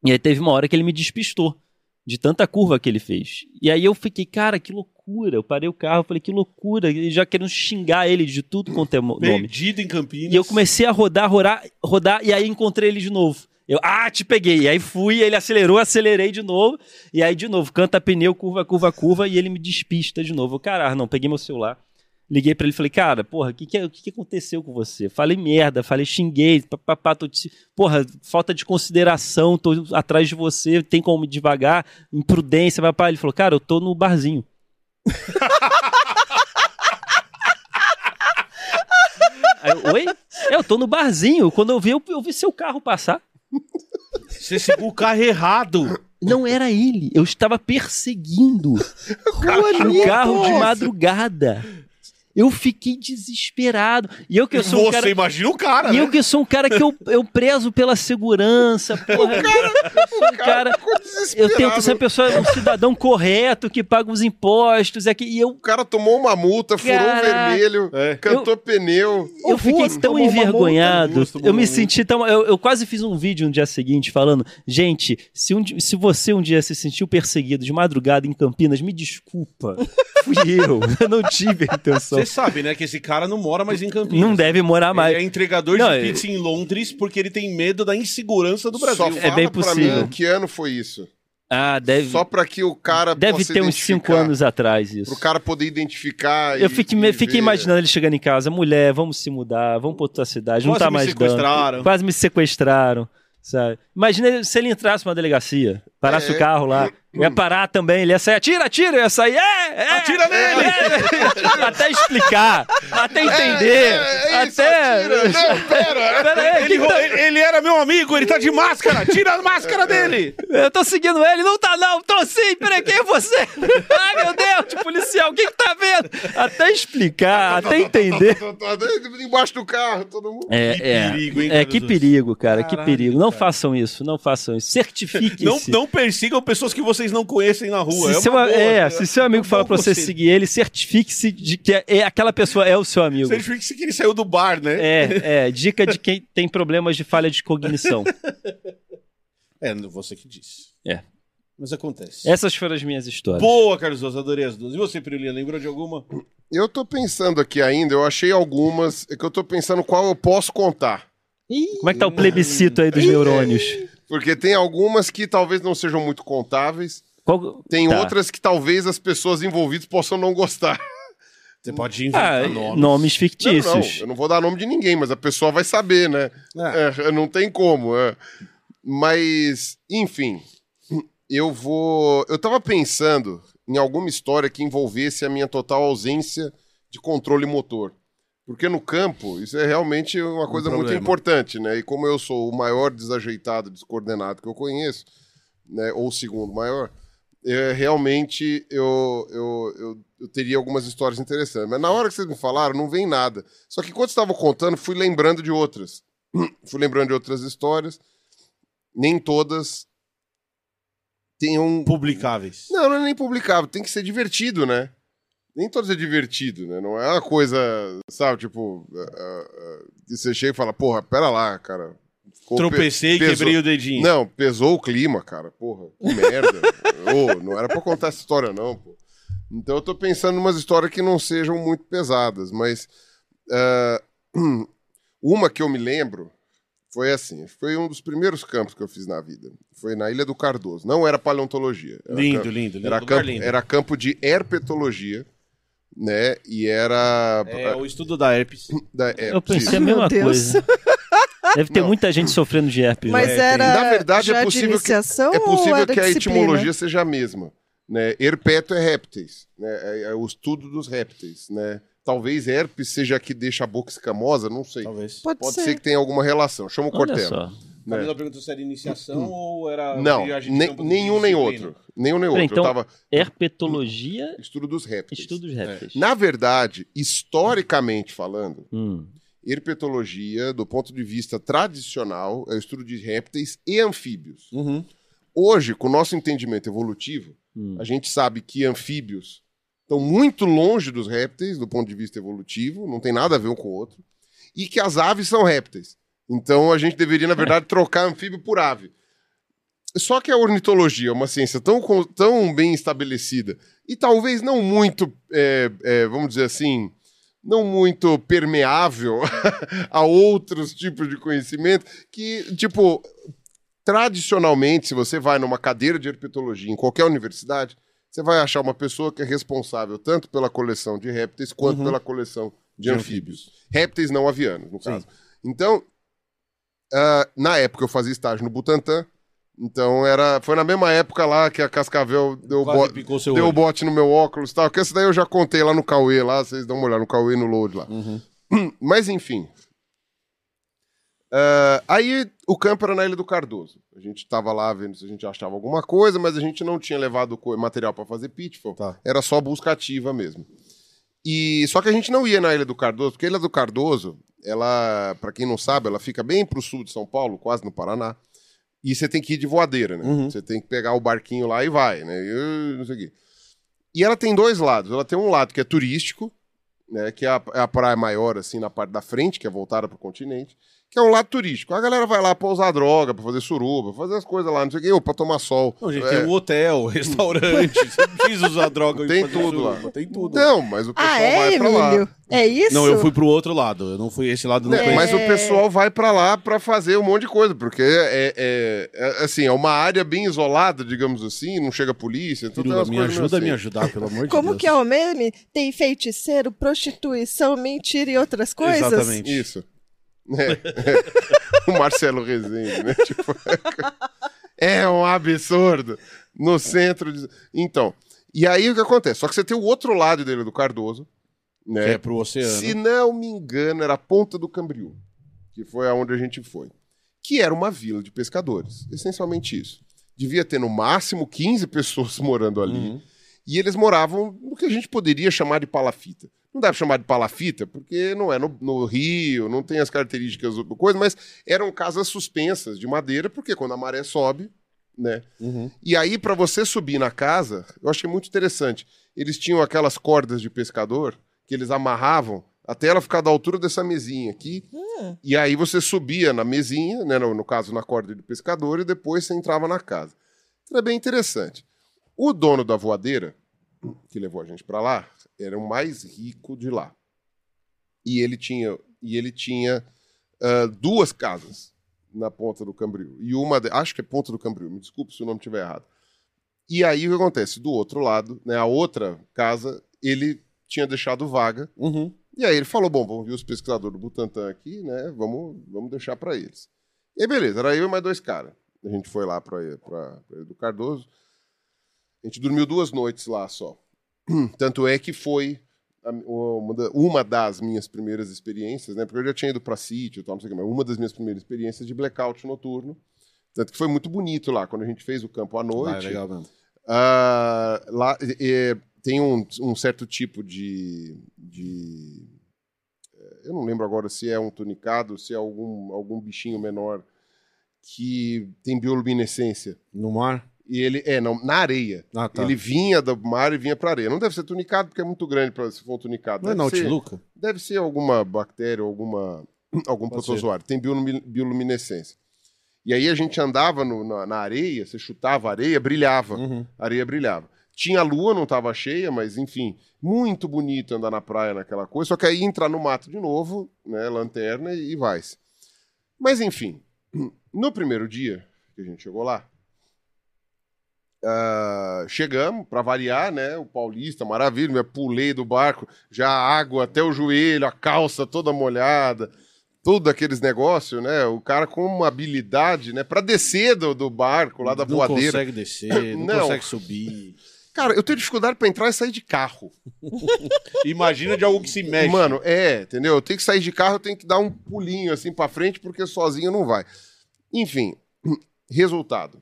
E aí teve uma hora que ele me despistou de tanta curva que ele fez. E aí eu fiquei, cara, que loucura. Eu parei o carro, falei, que loucura. E já querendo xingar ele de tudo quanto é mo- nome.
Perdido em Campinas.
E eu comecei a rodar, rodar, rodar, e aí encontrei ele de novo. Eu, ah, te peguei. E aí fui, ele acelerou, acelerei de novo. E aí, de novo, canta pneu, curva, curva, curva, e ele me despista de novo. Eu, Caralho, não, peguei meu celular. Liguei pra ele e falei, cara, porra, o que, que, é- o que, que aconteceu com você? Falei merda, falei xinguei, papapá, tô te, porra, falta de consideração, tô atrás de você, tem como me devagar, imprudência, papá. Ele falou, cara, eu tô no barzinho. Aí eu, Oi? É, Eu tô no barzinho. Quando eu vi, eu, eu vi seu carro passar.
Você segurou o carro errado.
Não era ele. Eu estava perseguindo o carro de madrugada. Eu fiquei desesperado. E eu que eu sou um
Você
cara.
imagina o cara,
E
né?
eu que sou um cara que eu, eu prezo pela segurança, porra. eu sou um cara. Eu tento ser uma pessoa, um cidadão correto que paga os impostos. É que, e eu
O cara tomou uma multa, furou o
Caraca.
vermelho,
É.
cantou pneu.
eu fiquei
Ruas
tão
tomou uma multa,
envergonhado.
Ruas tomou
Eu me
uma multa.
senti tão. Eu, eu quase fiz um vídeo no dia seguinte falando: gente, se, um di- se você um dia se sentiu perseguido de madrugada em Campinas, me desculpa. Fui eu. Eu não tive a intenção.
Você sabe, né, que esse cara não mora mais em Campinas.
Não deve morar mais.
Ele é entregador
Não,
de
ele-
pizza em Londres porque ele tem medo da insegurança do Brasil.
Só
É
fala
bem
pra
possível.
mim que ano foi isso.
Ah, deve,
Só pra que o cara
deve
possa
ter uns 5
identificar.
anos atrás isso.
Pro cara poder identificar
Eu
e-
fiquei,
e
fiquei
ver.
imaginando ele chegando em casa, mulher, vamos se mudar, vamos pra outra cidade, não
Quase
tá
me
mais
sequestraram.
dando. Quase me sequestraram, sabe? Imagina ele- se ele entrasse numa delegacia, parasse
É.
o carro lá, ia parar também, ele ia sair, atira, atira, eu ia sair, é, é,
Atira nele! É,
é. até explicar, até entender,
É, é isso,
até...
atira. Não, pera.
Pera aí,
né? Ele,
que tá-
ele- ele era meu amigo, ele tá de máscara. Tira a
É,
máscara dele.
Eu tô seguindo ele, não tá não, tô sim, peraí, quem é você? Ai meu Deus, policial, o que que tá vendo? Até explicar, até entender.
Tô- tô- tô- Embaixo do carro, todo mundo.
É,
Que
é.
perigo, hein,
É,
Carlos
que
Osso?
perigo, cara, que
Caralho,
perigo. Não
cara.
façam isso, não façam isso. Certifique-se.
Não, não persigam pessoas que vocês não conhecem na rua.
Se,
é,
seu,
uma boa.
é, se seu amigo
um
fala
bom
pra você
conselho.
seguir ele, certifique-se de que é- é- aquela pessoa é o seu amigo.
Certifique-se que ele saiu do bar, né?
É, é, dica de quem tem problemas de falha de cognição.
É, você que disse.
É.
Mas acontece.
Essas foram as minhas histórias.
Boa, Carlos Souza, adorei as duas. E você, Pirulinha, lembrou de alguma?
Eu tô pensando aqui ainda, eu achei algumas, é que eu tô pensando qual eu posso contar.
Como é que tá o plebiscito aí dos neurônios?
Porque tem algumas que talvez não sejam muito contáveis,
Qual-
tem
Tá.
outras que talvez as pessoas envolvidas possam não gostar.
Você pode
Ah,
inventar nomes.
nomes.
Não, não,
fictícios.
eu não vou dar nome de ninguém, mas a pessoa vai saber, né? É, não tem como. é. Mas, enfim, eu vou. Eu tava pensando em alguma história que envolvesse a minha total ausência de controle motor. Porque no campo, isso é realmente uma coisa muito
problema.
importante, né? E como eu sou o maior desajeitado, descoordenado que eu conheço, né? ou o segundo maior, é, realmente eu, eu, eu, eu teria algumas histórias interessantes. Mas na hora que vocês me falaram, não vem nada. Só que enquanto vocês estavam contando, fui lembrando de outras. fui lembrando de outras histórias. Nem todas têm um.
Publicáveis.
Não, não é nem publicável, tem que ser divertido, né? Nem todas é divertido, né? Não é uma coisa, sabe, tipo, ah, ah, ah, que você chega e fala, porra, pera lá, cara. Ficou pe-
Tropecei e
pesou-
quebrei o dedinho.
Não, pesou o clima, cara. Porra, que merda. Ô, não era pra contar essa história, não, pô. Então eu tô pensando em umas histórias que não sejam muito pesadas, mas ah, uma que eu me lembro foi assim, foi um dos primeiros campos que eu fiz na vida. Foi na Ilha do Cardoso. Não era paleontologia. Era um
Lindo,
campo-
lindo, lindo.
era,
Lugar
campo,
lindo.
era campo de herpetologia, né? E era.
É o estudo da herpes.
da- é,
Eu pensei a
Meu
mesma
Deus.
coisa. Deve ter
Não.
muita gente sofrendo de herpes.
Mas
né?
era
Na verdade, é
já
possível
de
que-
iniciação
é
ou
possível
era
que a
então disciplina?
etimologia seja a mesma. Né? Herpeto é répteis, né? é, é o estudo dos répteis. Né? Talvez herpes seja a que deixa a boca escamosa, não sei.
Talvez.
Pode,
Pode
ser.
ser. que tenha alguma relação. Chama o
Olha
Cortella.
só.
Né?
Camila perguntou se era iniciação ou era.
Não,
a gente
nem-
chama de
nenhum nem
disciplina.
outro. Nenhum nem outro.
então-
Eu tava
Herpetologia,
estudo dos répteis.
estudos
É.
répteis.
Na verdade, historicamente falando,
Hum.
herpetologia, do ponto de vista tradicional, é o estudo de répteis e anfíbios.
Uhum.
Hoje, com o nosso entendimento evolutivo,
Hum.
a gente sabe que anfíbios estão muito longe dos répteis, do ponto de vista evolutivo, não tem nada a ver um com o outro, e que as aves são répteis. Então a gente deveria, na verdade, trocar anfíbio por ave. Só que a ornitologia é uma ciência tão, con- tão bem estabelecida e talvez não muito, é, é, vamos dizer assim, não muito permeável a outros tipos de conhecimento que, tipo, tradicionalmente, se você vai numa cadeira de herpetologia em qualquer universidade, você vai achar uma pessoa que é responsável tanto pela coleção de répteis quanto pela coleção de, anfíbios. Répteis não avianos, no caso. Então, ah, na época eu fazia estágio no Butantan, então era, foi na mesma época lá que a Cascavel deu
Quase
bo-
picou seu
deu
olho.
bote no meu óculos e tal. Que essa daí eu já contei lá no Cauê, lá, vocês dão uma olhada no Cauê no load lá.
Uhum.
Mas enfim. Ah, aí o campo era na Ilha do Cardoso. A gente tava lá vendo se a gente achava alguma coisa, mas a gente não tinha levado co- material para fazer pitfall.
Tá.
Era só busca ativa mesmo. E só que a gente não ia na Ilha do Cardoso, porque a Ilha do Cardoso, ela, para quem não sabe, ela fica bem pro sul de São Paulo, quase no Paraná. E você tem que ir de voadeira, né?
Uhum.
Você tem que pegar o barquinho lá e vai, né? E, não sei o quê. E ela tem dois lados. Ela tem um lado que é turístico, né? Que é a, é a praia maior, assim, na parte da frente, que é voltada pro continente, que é um lado turístico. A galera vai lá pra usar droga, pra fazer suruba, pra fazer as coisas lá, não sei o quê, ou pra tomar sol.
Não, gente,
É,
tem um hotel, restaurante. Você não precisa usar droga. e
Tem
fazer
tudo lá.
suruba, Tem tudo.
Não, mas o pessoal
Ah,
vai
é,
pra lá.
Emílio? É isso?
Não, eu fui pro outro lado. Eu não fui esse lado, não
Né,
conheço.
Mas o pessoal vai pra lá pra fazer um monte de coisa, porque é, é- é, assim, é uma área bem isolada, digamos assim, não chega a polícia, então tem
Pirula,
umas
me
coisas meio
ajuda a
assim.
me ajudar, pelo amor de
Como
Deus.
que é o meme? Tem feiticeiro, prostituição, mentira e outras coisas?
Exatamente.
Isso. É. o Marcelo Rezende, né? Tipo, é um absurdo. No centro de... Então, e aí o que acontece? Só que você tem o outro lado dele, do Cardoso,
Que
né?
é pro oceano.
Se não me engano, era a Ponta do Cambriú, que foi aonde a gente foi. Que era uma vila de pescadores, essencialmente isso. Devia ter no máximo 15 pessoas morando ali. E eles moravam no que a gente poderia chamar de palafita. Não dá pra chamar de palafita, porque não é no, no Rio, não tem as características do coisa, mas eram casas suspensas de madeira, porque quando a maré sobe, né? E aí, pra você subir na casa, eu achei muito interessante. Eles tinham aquelas cordas de pescador que eles amarravam até ela ficar da altura dessa mesinha aqui. E aí você subia na mesinha, né, no, no caso na corda de pescador, e depois você entrava na casa. Então, Era bem interessante. O dono da voadeira, que levou a gente para lá, era o mais rico de lá. E ele tinha, e ele tinha ah, duas casas na ponta do Cambril. E uma, de- acho que é ponta do Cambril, me desculpe se o nome estiver errado. E aí o que acontece? Do outro lado, né, a outra casa, ele tinha deixado vaga
Uhum.
e aí ele falou: bom, vamos ver os pesquisadores do Butantan aqui, né? Vamos, vamos deixar para eles. E aí, beleza, era eu e mais dois caras. A gente foi lá para do Cardoso. A gente dormiu duas noites lá só. Tanto é que foi a- uma da- uma das minhas primeiras experiências, né? Porque eu já tinha ido para sítio, e tal, não sei o que, mas uma das minhas primeiras experiências de blackout noturno. Tanto que foi muito bonito lá, quando a gente fez o campo à
Ah, é
noite.
legal mesmo.
Ah, lá é, tem um, um certo tipo de, de- eh, Eu não lembro agora se é um tunicado, se é algum, algum bichinho menor que tem bioluminescência.
No mar?
E ele é não, na areia.
Ah, tá.
Ele vinha do mar e vinha pra areia. Não deve ser tunicado, porque é muito grande pra, se for um tunicado.
Não é
Deve ser-
Nautiluca?
Deve ser alguma bactéria, alguma, algum
Pode ser.
protozoário. Tem biolumi- bioluminescência. E aí a gente andava no- na, na areia, você chutava a areia, brilhava.
Uhum.
A areia brilhava. Tinha lua, não estava cheia, mas enfim, muito bonito andar na praia naquela coisa. Só que aí entrar no mato de novo, né, lanterna e, e vai-se. Mas enfim, no primeiro dia que a gente chegou lá, ah, chegamos, para variar, né? O paulista, maravilha, me pulei do barco, já a água até o joelho, a calça toda molhada, tudo aqueles negócios, né? O cara com uma habilidade, né? Para descer do, do barco lá da
não
voadeira.
consegue descer, não,
Não.
consegue subir.
Cara, eu tenho dificuldade para entrar e sair de carro.
Imagina de algo que se mexe.
Mano, é, entendeu? Eu tenho que sair de carro, eu tenho que dar um pulinho assim pra frente, porque sozinho não vai. Enfim, resultado.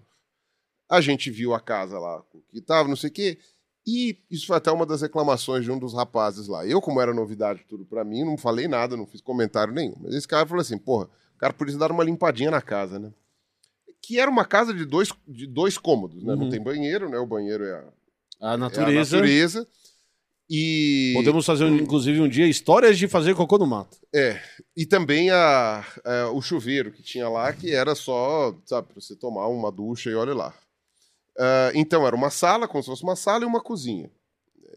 A gente viu a casa lá que tava, não sei o quê, e isso foi até uma das reclamações de um dos rapazes lá. Eu, como era novidade tudo pra mim, não falei nada, não fiz comentário nenhum. Mas esse cara falou assim, porra, o cara podia dar uma limpadinha na casa, né? Que era uma casa de dois, de dois cômodos, né? Não tem banheiro, né? O banheiro é a,
a,
é a
natureza,
natureza. E...
Podemos fazer, um- inclusive, um dia histórias de fazer cocô no mato.
É, e também a, a- o chuveiro que tinha lá, que era só, sabe, pra você tomar uma ducha e olha lá. Ah, então, era uma sala, como se fosse uma sala e uma cozinha.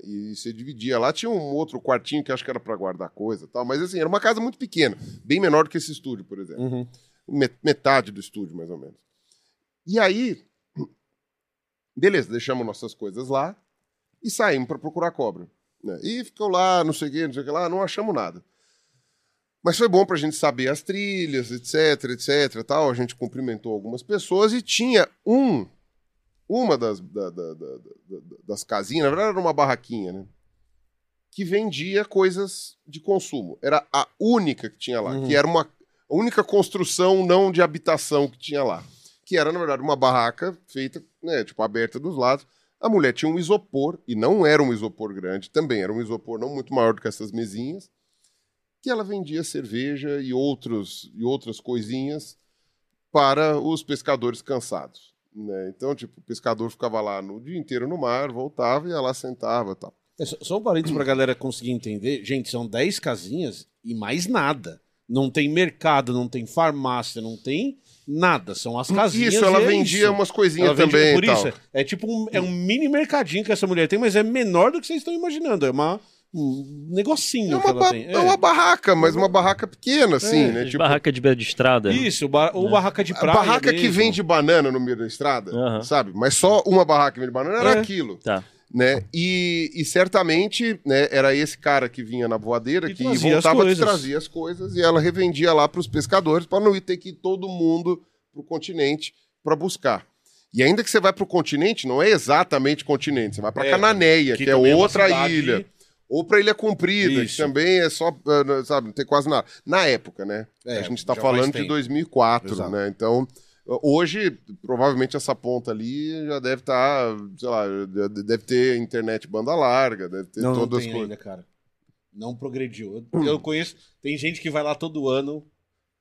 E você dividia lá, tinha um outro quartinho que acho que era para guardar coisa e tal, mas assim, era uma casa muito pequena, bem menor do que esse estúdio, por exemplo. Met- Metade do estúdio, mais ou menos. E aí, beleza, deixamos nossas coisas lá e saímos para procurar cobra. né? E ficou lá, não sei o que, não sei o que lá, não achamos nada. Mas foi bom pra gente saber as trilhas, etc, etc, tal. A gente cumprimentou algumas pessoas e tinha um, uma das, da- da- da- da- da- das casinhas, na verdade era uma barraquinha, né? Que vendia coisas de consumo. Era a única que tinha lá, que era uma a única construção não de habitação que tinha lá. Que era, na verdade, uma barraca feita, né, tipo, aberta dos lados. A mulher tinha um isopor, e não era um isopor grande, também era um isopor não muito maior do que essas mesinhas que ela vendia cerveja e, outros, e outras coisinhas para os pescadores cansados. Né? Então, tipo, o pescador ficava lá no dia inteiro no mar, voltava e ia lá sentava e tal.
É, só, só um parênteses pra galera conseguir entender. Gente, são 10 casinhas e mais nada. Não tem mercado, não tem farmácia, não tem nada. São as casinhas.
isso, ela
e é
vendia
isso.
umas coisinhas
Ela vende-
também
Por
e tal.
isso, é é tipo um, é um mini mercadinho que essa mulher tem, mas é menor do que vocês estão imaginando. É uma, um negocinho
É
que
uma,
ela
ba-
tem.
é uma barraca, mas uma barraca pequena, assim, né? Tipo,
Barraca de beira de estrada.
É. Isso, ba- ou barraca de
Né? a
é praia.
barraca que
mesmo.
vende banana no meio da estrada,
Aham.
sabe? Mas só uma barraca que vende banana era
É.
aquilo.
Tá.
né? E, e certamente né, era esse cara que vinha na voadeira
E
que
trazia as
voltava e
coisas.
trazia as coisas e ela revendia lá para os pescadores para não ir ter que ir todo mundo para o continente para buscar. E ainda que você vai para o continente, não é exatamente continente, você vai para
É,
Cananéia,
que
que, é
também é uma
outra
cidade-
ilha. Ou para Ilha Comprida,
Isso.
que também é só, ah, não- sabe, não tem quase nada. Na época, né?
É,
a gente está
já faz
falando de
tempo.
2004,
Exato.
né? Então, hoje, provavelmente essa ponta ali já deve estar, sei lá, já deve ter internet banda larga, deve ter
Não, não
todas
tem
as coisas.
ainda, cara. Não progrediu. Eu, eu conheço. Tem gente que vai lá todo ano,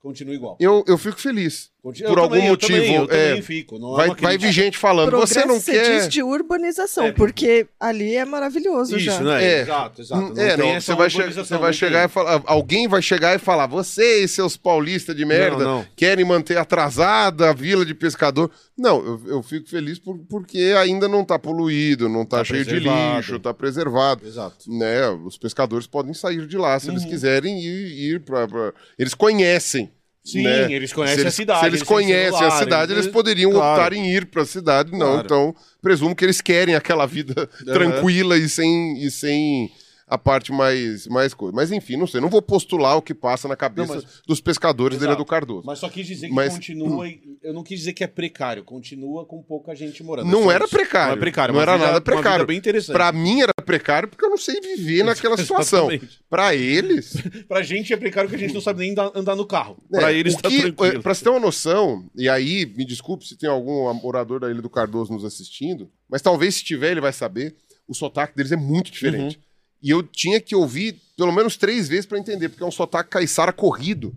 continua igual.
Eu, eu fico feliz,
Continua-
Por
eu
algum
também, eu
motivo,
também, eu
é,
também fico. Não é
vai,
uma
vai
crítica.
vir gente falando, você não
Progresso se
quer...
diz de urbanização,
É.
porque ali é maravilhoso já.
Isso, né?
É.
Exato, exato. Não
é,
tem
não,
essa
você vai, che-
urbanização,
você
não
vai
tem.
chegar e falar. Alguém vai chegar e falar: vocês, seus paulistas de merda,
Não, não.
querem manter atrasada a vila de pescador. Não, eu, eu fico feliz por- porque ainda não tá poluído, não tá,
Tá
cheio de
preservado.
lixo, tá preservado.
Exato. Uhum.
Né, os pescadores podem sair de lá se eles quiserem e ir pra, pra- Eles conhecem.
Sim,
né?
eles conhecem
se
a cidade,
Se eles,
eles têm
conhecem
celular,
a cidade,
eles-
eles, poderiam
Claro.
optar em ir pra cidade. Não,
Claro.
então presumo que eles querem aquela vida tranquila e sem, e sem a parte mais, mais coisa. Mas enfim, não sei, não vou postular o que passa na cabeça
Não,
dos pescadores da Ilha
Exato.
do Cardoso.
Mas só quis dizer que
Mas- hum.
continua. em- Eu não quis dizer que é precário, continua com pouca gente morando.
Não
Só
era
isso.
precário.
Não, é precário,
Não
uma
era
vida-
nada
uma vida
precário.
bem interessante.
Pra mim era precário porque eu não sei viver naquela situação.
é. Exatamente.
Pra eles,
Pra gente é precário que a gente não sabe nem andar, andar no carro.
É,
pra eles
o
tá
que-
tranquilo.
Pra você ter uma noção, e aí, me desculpe se tem algum morador da Ilha do Cardoso nos assistindo, mas talvez se tiver, ele vai saber, o sotaque deles é muito diferente.
Uhum.
E eu tinha que ouvir pelo menos três vezes pra entender, porque é um sotaque caiçara corrido,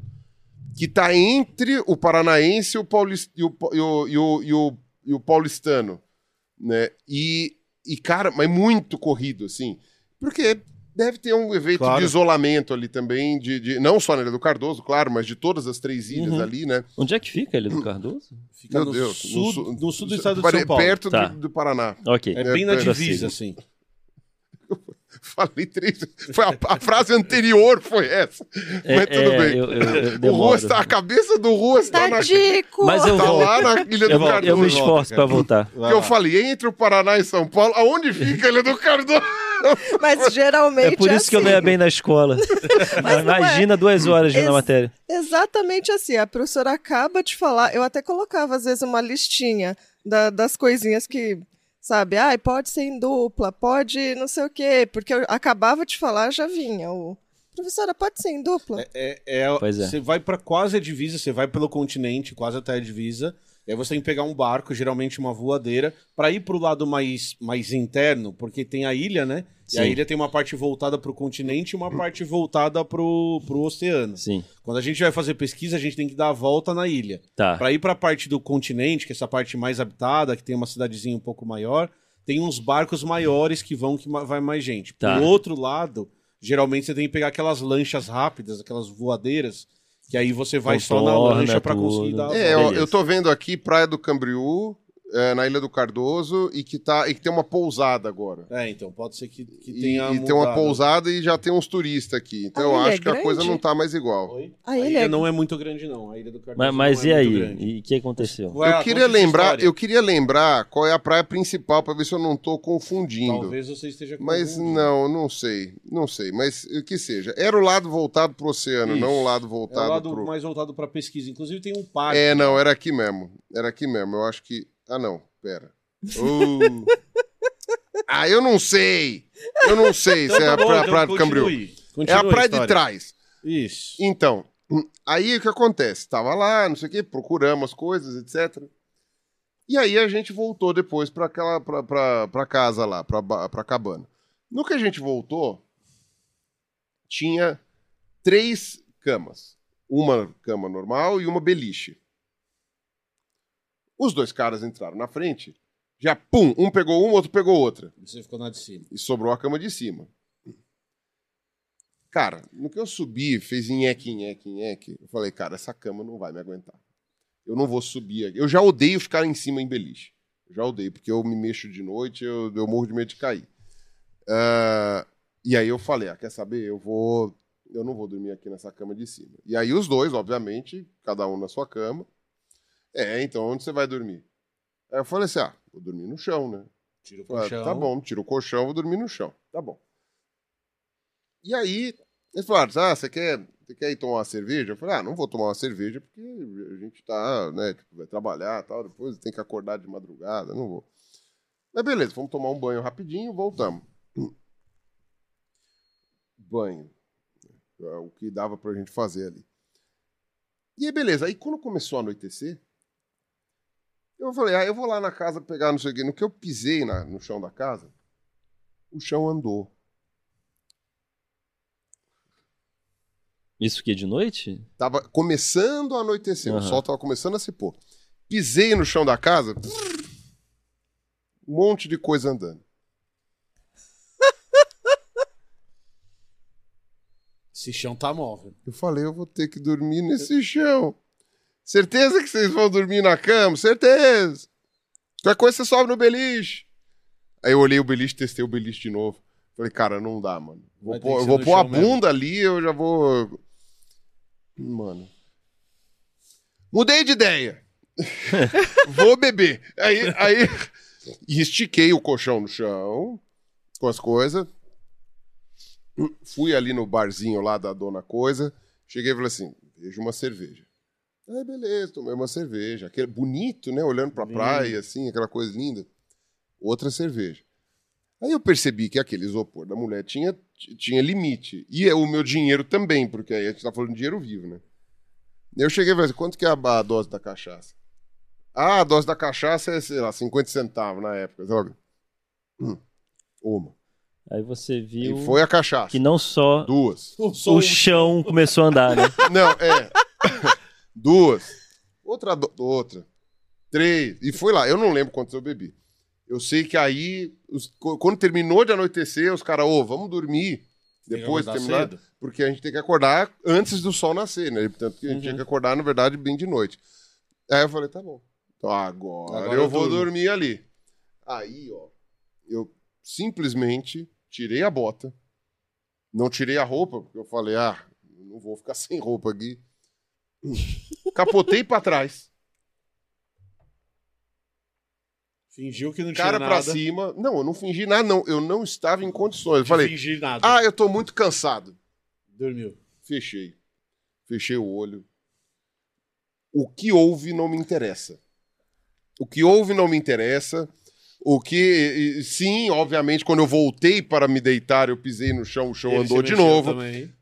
que tá entre o paranaense e o, paulis- e o pa- e o- e o- e o- e o paulistano, né? E, e, cara, mas muito corrido, assim, porque... Deve ter um evento
Claro.
de isolamento ali também, de, de- não só na Ilha do Cardoso, claro, mas de todas as três ilhas
Uhum.
ali, né?
Onde é que fica ele do Cardoso?
Fica Tá
Meu
no,
Deus,
sul,
su-
no sul do estado de
pare-
São Paulo.
Perto
Tá.
do, do Paraná.
Ok.
É bem na
é,
divisa, assim.
Falei três vezes. Foi a, a frase anterior foi essa.
É,
Mas tudo
é,
bem.
eu- eu- eu
o
demoro.
Ruas tá- a cabeça do Ruas tá, na,
Tadico!
Mas eu
tá
volto.
lá na Ilha
Eu,
do
volto, eu
Cardoso.
me esforço pra voltar.
Porque eu falei, entre o Paraná e São Paulo, aonde fica a Ilha do Cardoso?
Mas geralmente
É por isso que eu não ia bem na escola.
assim. não é.
Imagina duas horas de
Ex-
na matéria.
Exatamente assim. A professora acaba de falar. Eu até colocava, às vezes, uma listinha da- das coisinhas que, sabe, ai, pode ser em dupla, pode não sei o quê, porque eu acabava de falar, já vinha. O, professora, pode ser em dupla?
É, é-
Pois é.
Você vai pra quase a divisa, você vai pelo continente, quase até a divisa. E aí você tem que pegar um barco, geralmente uma voadeira, pra ir pro lado mais, mais interno, porque tem a ilha, né? E a
Sim.
ilha tem uma parte voltada pro continente e uma parte voltada pro, pro oceano.
Sim.
Quando a gente vai fazer pesquisa, a gente tem que dar a volta na ilha.
Tá.
Pra ir pra parte do continente, que é essa parte mais habitada, que tem uma cidadezinha um pouco maior, tem uns barcos maiores que vão que ma- vai mais gente.
Tá.
Pro outro lado, geralmente você tem que pegar aquelas lanchas rápidas, aquelas voadeiras, que aí você vai só na
Contorna
lancha pra
tudo.
conseguir dar. a
É,
volta.
eu,
Beleza.
eu tô vendo aqui Praia do Cambriú, é, na Ilha do Cardoso, e que, tá, e que tem uma pousada agora.
É, então pode ser que, que
E,
tenha.
e tem uma
mudado.
pousada e já tem uns turistas aqui.
A
Então eu
ilha é
acho que a coisa
grande?
não tá mais igual.
A
A
ilha
ilha
é-
não é muito grande, não. A ilha do Cardoso
Mas, mas
um
não
e
é
aí?
muito grande.
E o que aconteceu?
Vai lá,
eu queria
conta essa
lembrar,
história.
eu queria lembrar qual é a praia principal pra ver se eu não tô confundindo.
Talvez você esteja
Mas
confundindo.
não, não sei, não sei, mas eh, que seja. Era o lado voltado pro oceano,
Isso.
não o lado
É o
voltado
lado
pro
mais voltado pra pesquisa. Inclusive tem um parque.
É, não, era aqui mesmo. Era aqui mesmo. Eu acho que Ah, não, pera. Uh. ah, eu não sei. Eu não sei se é
tá
a
bom,
pra-
então
praia
continue.
do Cambriú. É
Continua
a praia de
história.
trás.
Isso.
Então, aí o que acontece? Tava lá, não sei o quê, procuramos as coisas, etc. E aí a gente voltou depois pra, aquela, pra, pra, pra casa lá, pra, ba- pra cabana. No que a gente voltou, tinha três camas. Uma cama normal e uma beliche. Os dois caras entraram na frente, já pum, um pegou uma, outro pegou outra.
Você ficou na de cima.
E sobrou a cama de cima. Cara, no que eu subi, fez nheque, nheque, nheque. Eu falei, cara, essa cama não vai me aguentar. Eu não vou subir aqui. Eu já odeio ficar em cima em beliche. Eu já odeio, porque eu me mexo de noite, eu, eu morro de medo de cair. Ah, e aí eu falei, ah, quer saber? Eu vou. Eu não vou dormir aqui nessa cama de cima. E aí os dois, obviamente, cada um na sua cama. É, então onde você vai dormir? Aí eu falei assim, ah, vou dormir no chão, né?
Tira o
Falei,
colchão.
Tá bom, tira o colchão, vou dormir no chão. Tá bom. E aí, eles falaram, ah, você quer, você quer ir tomar uma cerveja? Eu falei, ah, não vou tomar uma cerveja porque a gente tá, né, tipo, vai trabalhar e tal, depois tem que acordar de madrugada, não vou. Mas beleza, vamos tomar um banho rapidinho, voltamos. Banho. É o que dava pra gente fazer ali. E aí, beleza. Aí quando começou a anoitecer, eu falei, ah, eu vou lá na casa pegar não sei o quê. No que eu pisei na- no chão da casa, o chão andou.
Isso que é de noite?
Tava começando a anoitecer,
Aham.
o sol tava começando a se pôr. Pisei no chão da casa, um monte de coisa andando.
Esse chão tá móvel.
Eu falei, eu vou ter que dormir nesse chão. Certeza que vocês vão dormir na cama? Certeza. Qualquer coisa você sobe no beliche. Aí eu olhei o beliche, testei o beliche de novo. Falei, cara, não dá, mano. Vou
Vai ter
pôr-
que
eu
ser
vou
no
pôr a
chão mesmo.
bunda ali, eu já vou. Mano. Mudei de ideia. vou beber. Aí, aí. E estiquei o colchão no chão, com as coisas. Fui ali no barzinho lá da dona coisa. Cheguei e falei assim: vejo uma cerveja. Aí, beleza, tomei uma cerveja. Aquele bonito, né? Olhando pra praia, assim, aquela coisa linda. Outra cerveja. Aí eu percebi que aquele isopor da mulher tinha, t- tinha limite. E é o meu dinheiro também, porque aí a gente tá falando de dinheiro vivo, né? Eu cheguei e falei assim, quanto que é a, ba- a dose da cachaça? Ah, a dose da cachaça é, sei lá, 50 centavos na época, sabe? Hum, uma.
Aí você viu
E foi a cachaça.
que não só
Duas.
o chão começou a andar, né?
Não, é. Duas. Outra, do- outra. Três. E foi lá. Eu não lembro quantos eu bebi. Eu sei que aí, os- co- quando terminou de anoitecer, os caras, ô, vamos dormir.
Tem que
Depois de
acordar
terminar.
cedo.
Porque a gente tem que acordar antes do sol nascer, né? Portanto, que a gente
Uhum.
tinha que acordar, na verdade, bem de noite. Aí eu falei, tá bom. Então agora,
Agora
eu,
eu
vou
durmo.
dormir ali. Aí, ó, eu simplesmente tirei a bota. Não tirei a roupa, porque eu falei, ah, não vou ficar sem roupa aqui. Capotei pra trás,
Fingiu que não tinha
cara
nada.
pra cima. Não, eu não fingi nada, não. Eu não estava em condições. Eu
de
falei,
fingir nada.
ah, eu tô muito cansado.
Dormiu.
Fechei. Fechei o olho. O que houve não me interessa. O que houve não me interessa. O que. e- e- Sim, obviamente, quando eu voltei para me deitar, eu pisei no chão, o chão
Ele
andou
se
de
mexeu
novo.
também.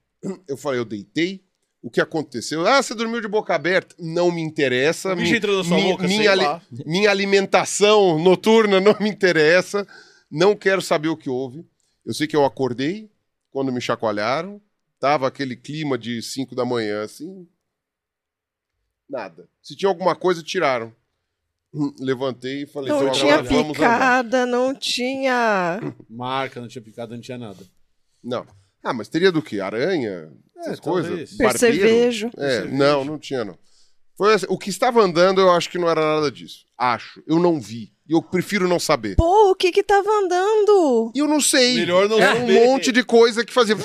Eu falei, eu deitei. O que aconteceu? Ah, você dormiu de boca aberta. Não me interessa.
O bicho
Mi-
entrou na sua
mi-
boca, sei
minha,
lá.
minha alimentação noturna não me interessa. Não quero saber o que houve. Eu sei que eu acordei quando me chacoalharam. Tava aquele clima de 5 da manhã, assim. Nada. Se tinha alguma coisa, tiraram. Hum, Levantei e falei,
Não
então
tinha
agora vamos andar.
picada, não tinha.
Marca, não tinha picado, não tinha nada.
Não. Ah, mas teria do que? Aranha? Essas
É, talvez.
coisas?
Percevejo.
É,
Percevejo.
não, não tinha, não. Foi assim, o que estava andando, eu acho que não era nada disso. Acho. Eu não vi. E eu prefiro não saber.
Pô, o que que tava andando?
E eu não sei.
Melhor não
Era
saber.
um monte de coisa que fazia.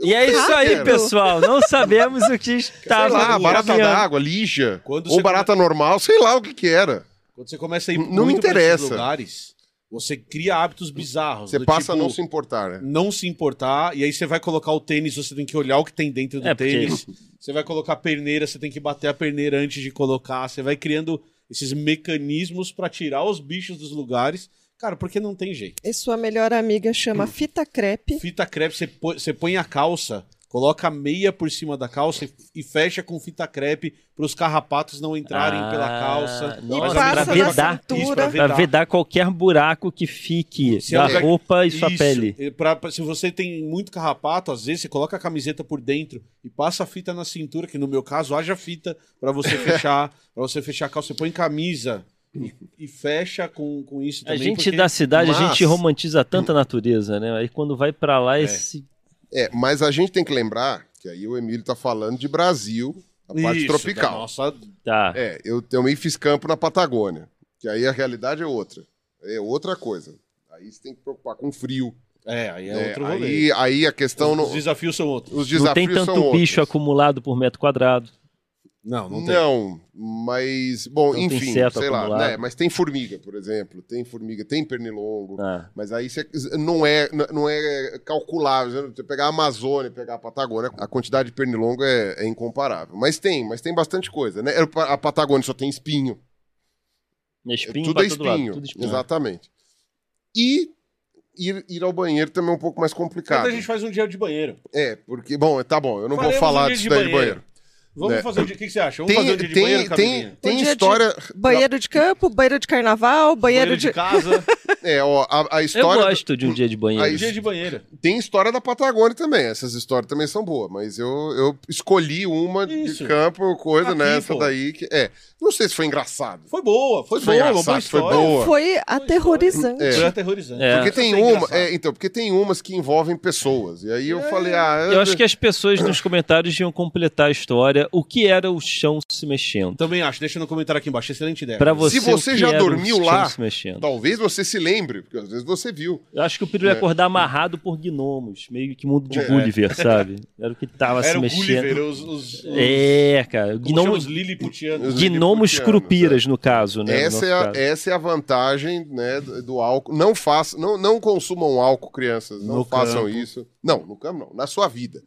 E é isso aí,
Cara.
pessoal. Não sabemos o que
Sei
estava
lá, barata
caminhando.
d'água, lija.
Quando
ou
você
barata normal, sei lá o que que era.
Quando você começa a ir
Não me
muito pra esses
interessa.
lugares, você cria hábitos bizarros.
Você
do
passa a
tipo,
não se importar, né?
não se importar, e aí você vai colocar o tênis, você tem que olhar o que tem dentro do
É, porque-
tênis. Você vai colocar a perneira, você tem que bater a perneira antes de colocar. Você vai criando esses mecanismos pra tirar os bichos dos lugares. Cara, porque não tem jeito.
E sua melhor amiga
Hum.
chama fita crepe.
Fita crepe, você põe, você põe a calça, coloca a meia por cima da calça e- e fecha com fita crepe para os carrapatos não entrarem
Ah,
pela calça.
nossa,
Mas
passa
a
na
meia-
cintura.
Isso, pra
Pra
vedar.
vedar qualquer buraco que fique
Se
da
ela-
roupa e sua pele.
e é, pra- pra- se você tem muito carrapato, às vezes você coloca a camiseta por dentro e passa a fita na cintura, que no meu caso haja fita pra você fechar, para você fechar a calça, você põe camisa e, e fecha com, com isso
A
também.
gente
porque-
da cidade, a
mas-
gente romantiza tanta natureza, né? Aí quando vai pra lá, esse.
É, mas a gente tem que lembrar que aí o Emílio tá falando de Brasil, a parte
Isso,
tropical.
da Nossa,
Tá.
É, eu também fiz campo na Patagônia, que aí a realidade é outra. É outra coisa. Aí você tem que preocupar com frio.
é, aí é,
né?
outro rolê.
aí, aí a questão.
Os
não.
desafios são outros.
Os
Não
desafios
tem tanto
são outros.
bicho acumulado por metro quadrado.
Não, não tem.
Não, mas, bom,
Tanto
enfim, sei
inseto
lá.
acumulado.
né, Mas tem formiga, por exemplo. Tem formiga, tem pernilongo.
Ah.
Mas aí você não é, não é calculável. Você pegar a Amazônia, pegar a Patagônia, a quantidade de pernilongo é, é incomparável. Mas tem, mas tem bastante coisa, né? A Patagônia só tem espinho.
Espinho
tudo
pra
é
todo
espinho.
lado. Tudo espinho.
Exatamente. E ir, ir ao banheiro também é um pouco mais complicado.
Então a gente faz um dia de banheiro.
É, porque, bom, tá bom, eu não
Faremos
vou falar
um dia
disso
de
daí de
banheiro.
banheiro.
Vamos
É.
fazer um dia. O que, que você acha? Vamos fazer um dia
Tem,
de
tem,
banheiro,
tem,
Camilinha?
tem
Um dia de
história.
Banheiro de campo, banheiro de carnaval, banheiro,
banheiro de
de.
casa.
É, ó, a, a
Eu
história.
gosto de um dia de banheiro.
Aí-
Dia de banheira.
Tem história da Patagônia também. Essas histórias também são boas, mas eu, eu escolhi uma
Isso. Tá
de campo, coisa,
Aqui,
né? Essa
pô.
daí que. É. Não sei se foi engraçado.
Foi boa, foi,
Foi
boa, boa
engraçado, foi
história.
boa.
Foi aterrorizante.
É.
Foi aterrorizante.
É.
Porque
Essa
tem
foi
uma.
engraçada.
é, então, porque tem umas que envolvem pessoas. E aí eu
É.
falei, ah.
Eu acho que é as pessoas nos comentários iam completar a história. O que era o chão se mexendo?
Também acho, deixa no comentário aqui embaixo, excelente ideia.
Pra você,
É. Se você
o que
já
era o
dormiu
chão
lá-
se mexendo?
Talvez você se lembre, porque às vezes você viu.
Eu acho que o
É.
Peru ia acordar amarrado por gnomos, meio que mundo de Gulliver, sabe? Era o que tava se
Era o
mexendo.
Gulliver, os, os, os,
É, cara.
como chama?
Gnomo,
os Lilliputianos.
Os
gnomos
Lilliputianos,
crupiras, no caso, né? no
essa,
nosso
é a,
caso.
essa é a vantagem né, do do álcool. Não façam, não, não consumam álcool, crianças. Não
No
façam
campo.
isso. Não, no campo não. Na sua vida.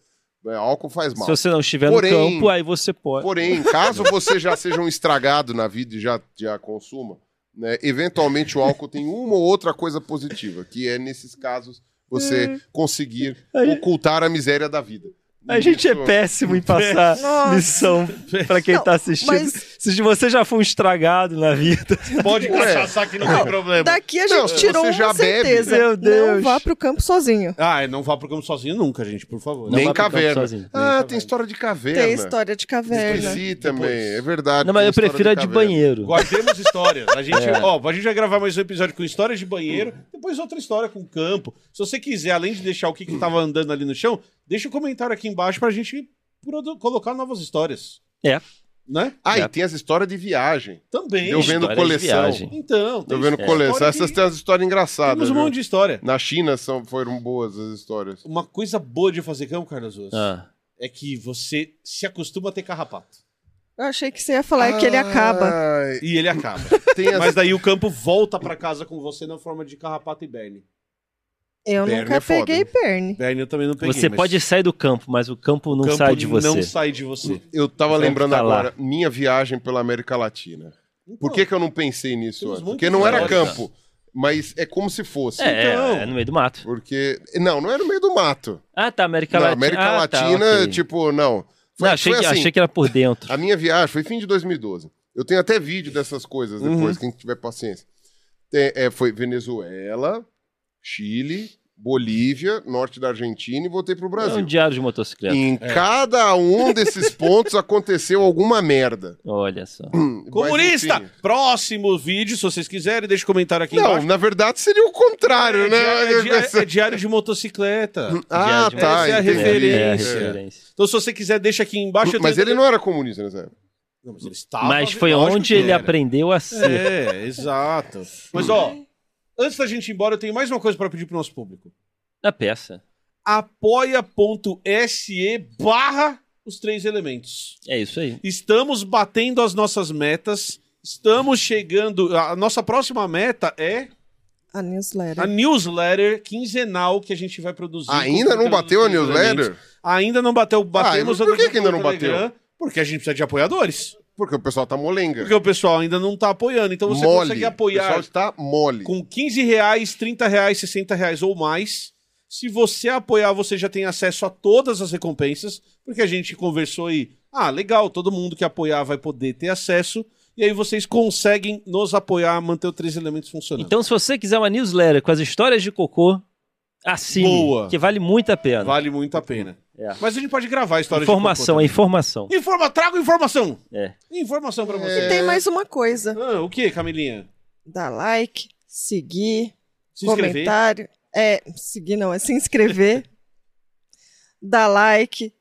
É, álcool faz mal.
Se você não estiver
Porém-
no campo, aí você pode.
Porém, caso você já seja um estragado na vida e já, já consuma, né, eventualmente o álcool tem uma ou outra coisa positiva, que é, nesses casos, você conseguir ocultar a miséria da vida.
É. A gente é
Isso-
péssimo em passar
Nossa.
lição pra quem
Não,
tá assistindo.
mas-
Se você já foi um estragado na vida,
É.
Pode cachaçar que não tem problema.
Daqui a gente
Não, se
tirou
você
uma
já bebe- né?
certeza.
Meu Deus.
Não vá pro campo sozinho.
Ah, não vá pro campo sozinho nunca, gente, por favor.
Não
Nem
vai pro campo
caverna.
sozinho,
ah,
nem
tem história de caverna.
Tem história de caverna.
Esqueci também, é verdade.
não, mas
tem
eu
história
prefiro a de
caverna.
banheiro.
Guardemos histórias. A gente,
É.
ó, a gente vai gravar mais um episódio com histórias de banheiro, depois outra história com campo. Se você quiser, além de deixar o que, que tava andando ali no chão, deixa o comentário aqui embaixo pra gente produ- colocar novas histórias,
É.
né?
Ah,
É.
e tem as histórias de viagem.
Também.
Eu vendo
História de
coleção.
viagem.
Então,
Eu
tem
vendo
história
coleção.
que-
Essas têm as histórias engraçadas.
Temos um
viu?
monte de história.
Na China são, foram boas as histórias.
Uma coisa boa de fazer campo, Carlos Ruas,
Ah.
é que você se acostuma a ter carrapato.
Eu achei que você ia falar
É
que ele
Ah,
acaba.
Ai,
E ele acaba.
tem as...
Mas daí o campo volta pra casa com você na forma de carrapato e berne.
Eu
Perna
nunca
é foda.
peguei perne.
Berne eu também não peguei.
Você
mas
pode sair do campo, mas o campo não
o campo
sai de você.
Não sai de você.
Eu tava
Vamos
lembrando
falar.
agora, minha viagem pela América Latina. Por que, que eu não pensei nisso
Então, Temos
antes?
muitas
Porque não era
histórias.
campo, mas é como se fosse.
É, é,
Então.
é no meio do mato.
Porque. Não, não era no meio do mato.
Ah, tá, América
Na
Latina.
América
Ah, tá,
Latina,
ok.
tipo, não. Foi,
Não, achei,
foi
que,
assim,
achei que era por dentro.
A minha viagem foi fim de 2012. Eu tenho até vídeo dessas coisas depois, quem tiver paciência. Tem- é, foi Venezuela, Chile, Bolívia, norte da Argentina e voltei pro
É
Brasil.
um diário de motocicleta.
assim. Em cada um desses pontos aconteceu alguma merda.
Olha só.
Mas,
Comunista!
enfim.
Próximo vídeo, se vocês quiserem, deixa o comentário aqui
Não,
embaixo.
na verdade seria o contrário,
É,
né?
diário- é diário- é diário de motocicleta.
Ah,
Diário de
Essa é
tá.
a
motocicleta. É,
entendi.
a
referência.
referência.
Então, se você quiser, deixa aqui embaixo. eu
Mas
tenho-
ele não era comunista nessa época.
Não, mas ele estava-
Mas foi
lógico
onde
que
ele
era.
aprendeu a ser.
É, exato. Mas, ó, antes da gente ir embora, eu tenho mais uma coisa pra pedir pro nosso público.
Na peça.
apoia.se barra os três elementos.
É isso aí.
Estamos batendo as nossas metas. Estamos chegando. A nossa próxima meta é
A newsletter.
a newsletter quinzenal que a gente vai produzir.
Ainda não bateu a newsletter?
Ainda não bateu. Batemos
Ah, e por que
no
que ainda não
Telegram, Porque a gente precisa de apoiadores.
Porque o pessoal tá molenga.
Porque o pessoal ainda não tá apoiando. Então você
mole.
consegue
O pessoal
apoiar
está mole.
com 15 reais, 30 reais, 60 reais ou mais. Se você apoiar, você já tem acesso a todas as recompensas, porque a gente conversou aí. Ah, legal, todo mundo que apoiar vai poder ter acesso. E aí vocês conseguem nos apoiar, manter o Três Elementos funcionando.
Então, se você quiser uma newsletter com as histórias de cocô, assine.
Boa.
Que vale muito a pena.
vale muito a pena.
É.
Mas a gente pode gravar a história
Informação, é
de
informação.
cocô também. Informa, trago informação.
É.
Informação pra você.
É.
E tem mais uma coisa.
Ah, o que, Camilinha?
Dá like, seguir,
Se inscrever.
comentário. É, seguir não, é se inscrever. Dá like,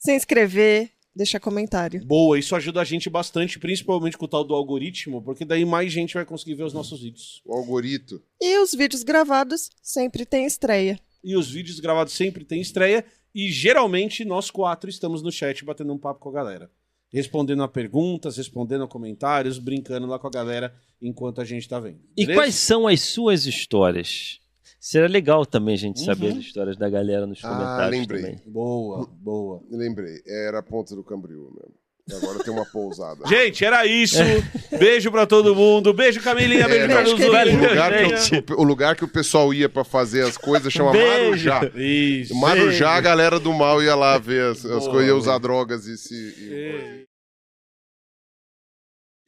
se inscrever, deixar comentário.
Boa, isso ajuda a gente bastante, principalmente com o tal do algoritmo, porque daí mais gente vai conseguir ver os nossos vídeos.
O algoritmo.
E os vídeos gravados sempre tem estreia.
e os vídeos gravados sempre têm estreia. E geralmente nós quatro estamos no chat batendo um papo com a galera. Respondendo a perguntas, respondendo a comentários, brincando lá com a galera enquanto a gente tá vendo.
E
beleza?
quais são as suas histórias? Será legal também a gente saber
Uhum.
as histórias da galera nos
Ah,
comentários
lembrei.
também.
Boa, boa.
Lembrei, era a ponta do Cambril mesmo. Agora tem uma pousada.
Gente, era isso. Beijo pra todo mundo. Beijo, Camilinha. Beijo,
É,
Carlos
beijo,
Zuri.
o, lugar
né?
gente.
que o, o lugar que o pessoal ia pra fazer as coisas chama
Beijo.
Marujá.
é Isso.
Marujá, a galera do mal ia lá ver as, as
Boa,
coisas, ia
velho.
usar drogas e se. E,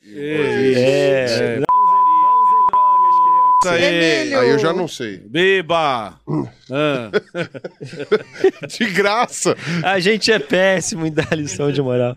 Ei,
e-
ei.
É.
Não usa drogas, criança. aí.
Aí eu já não sei.
Beba! Ah.
De graça.
A gente é péssimo em dar lição de moral.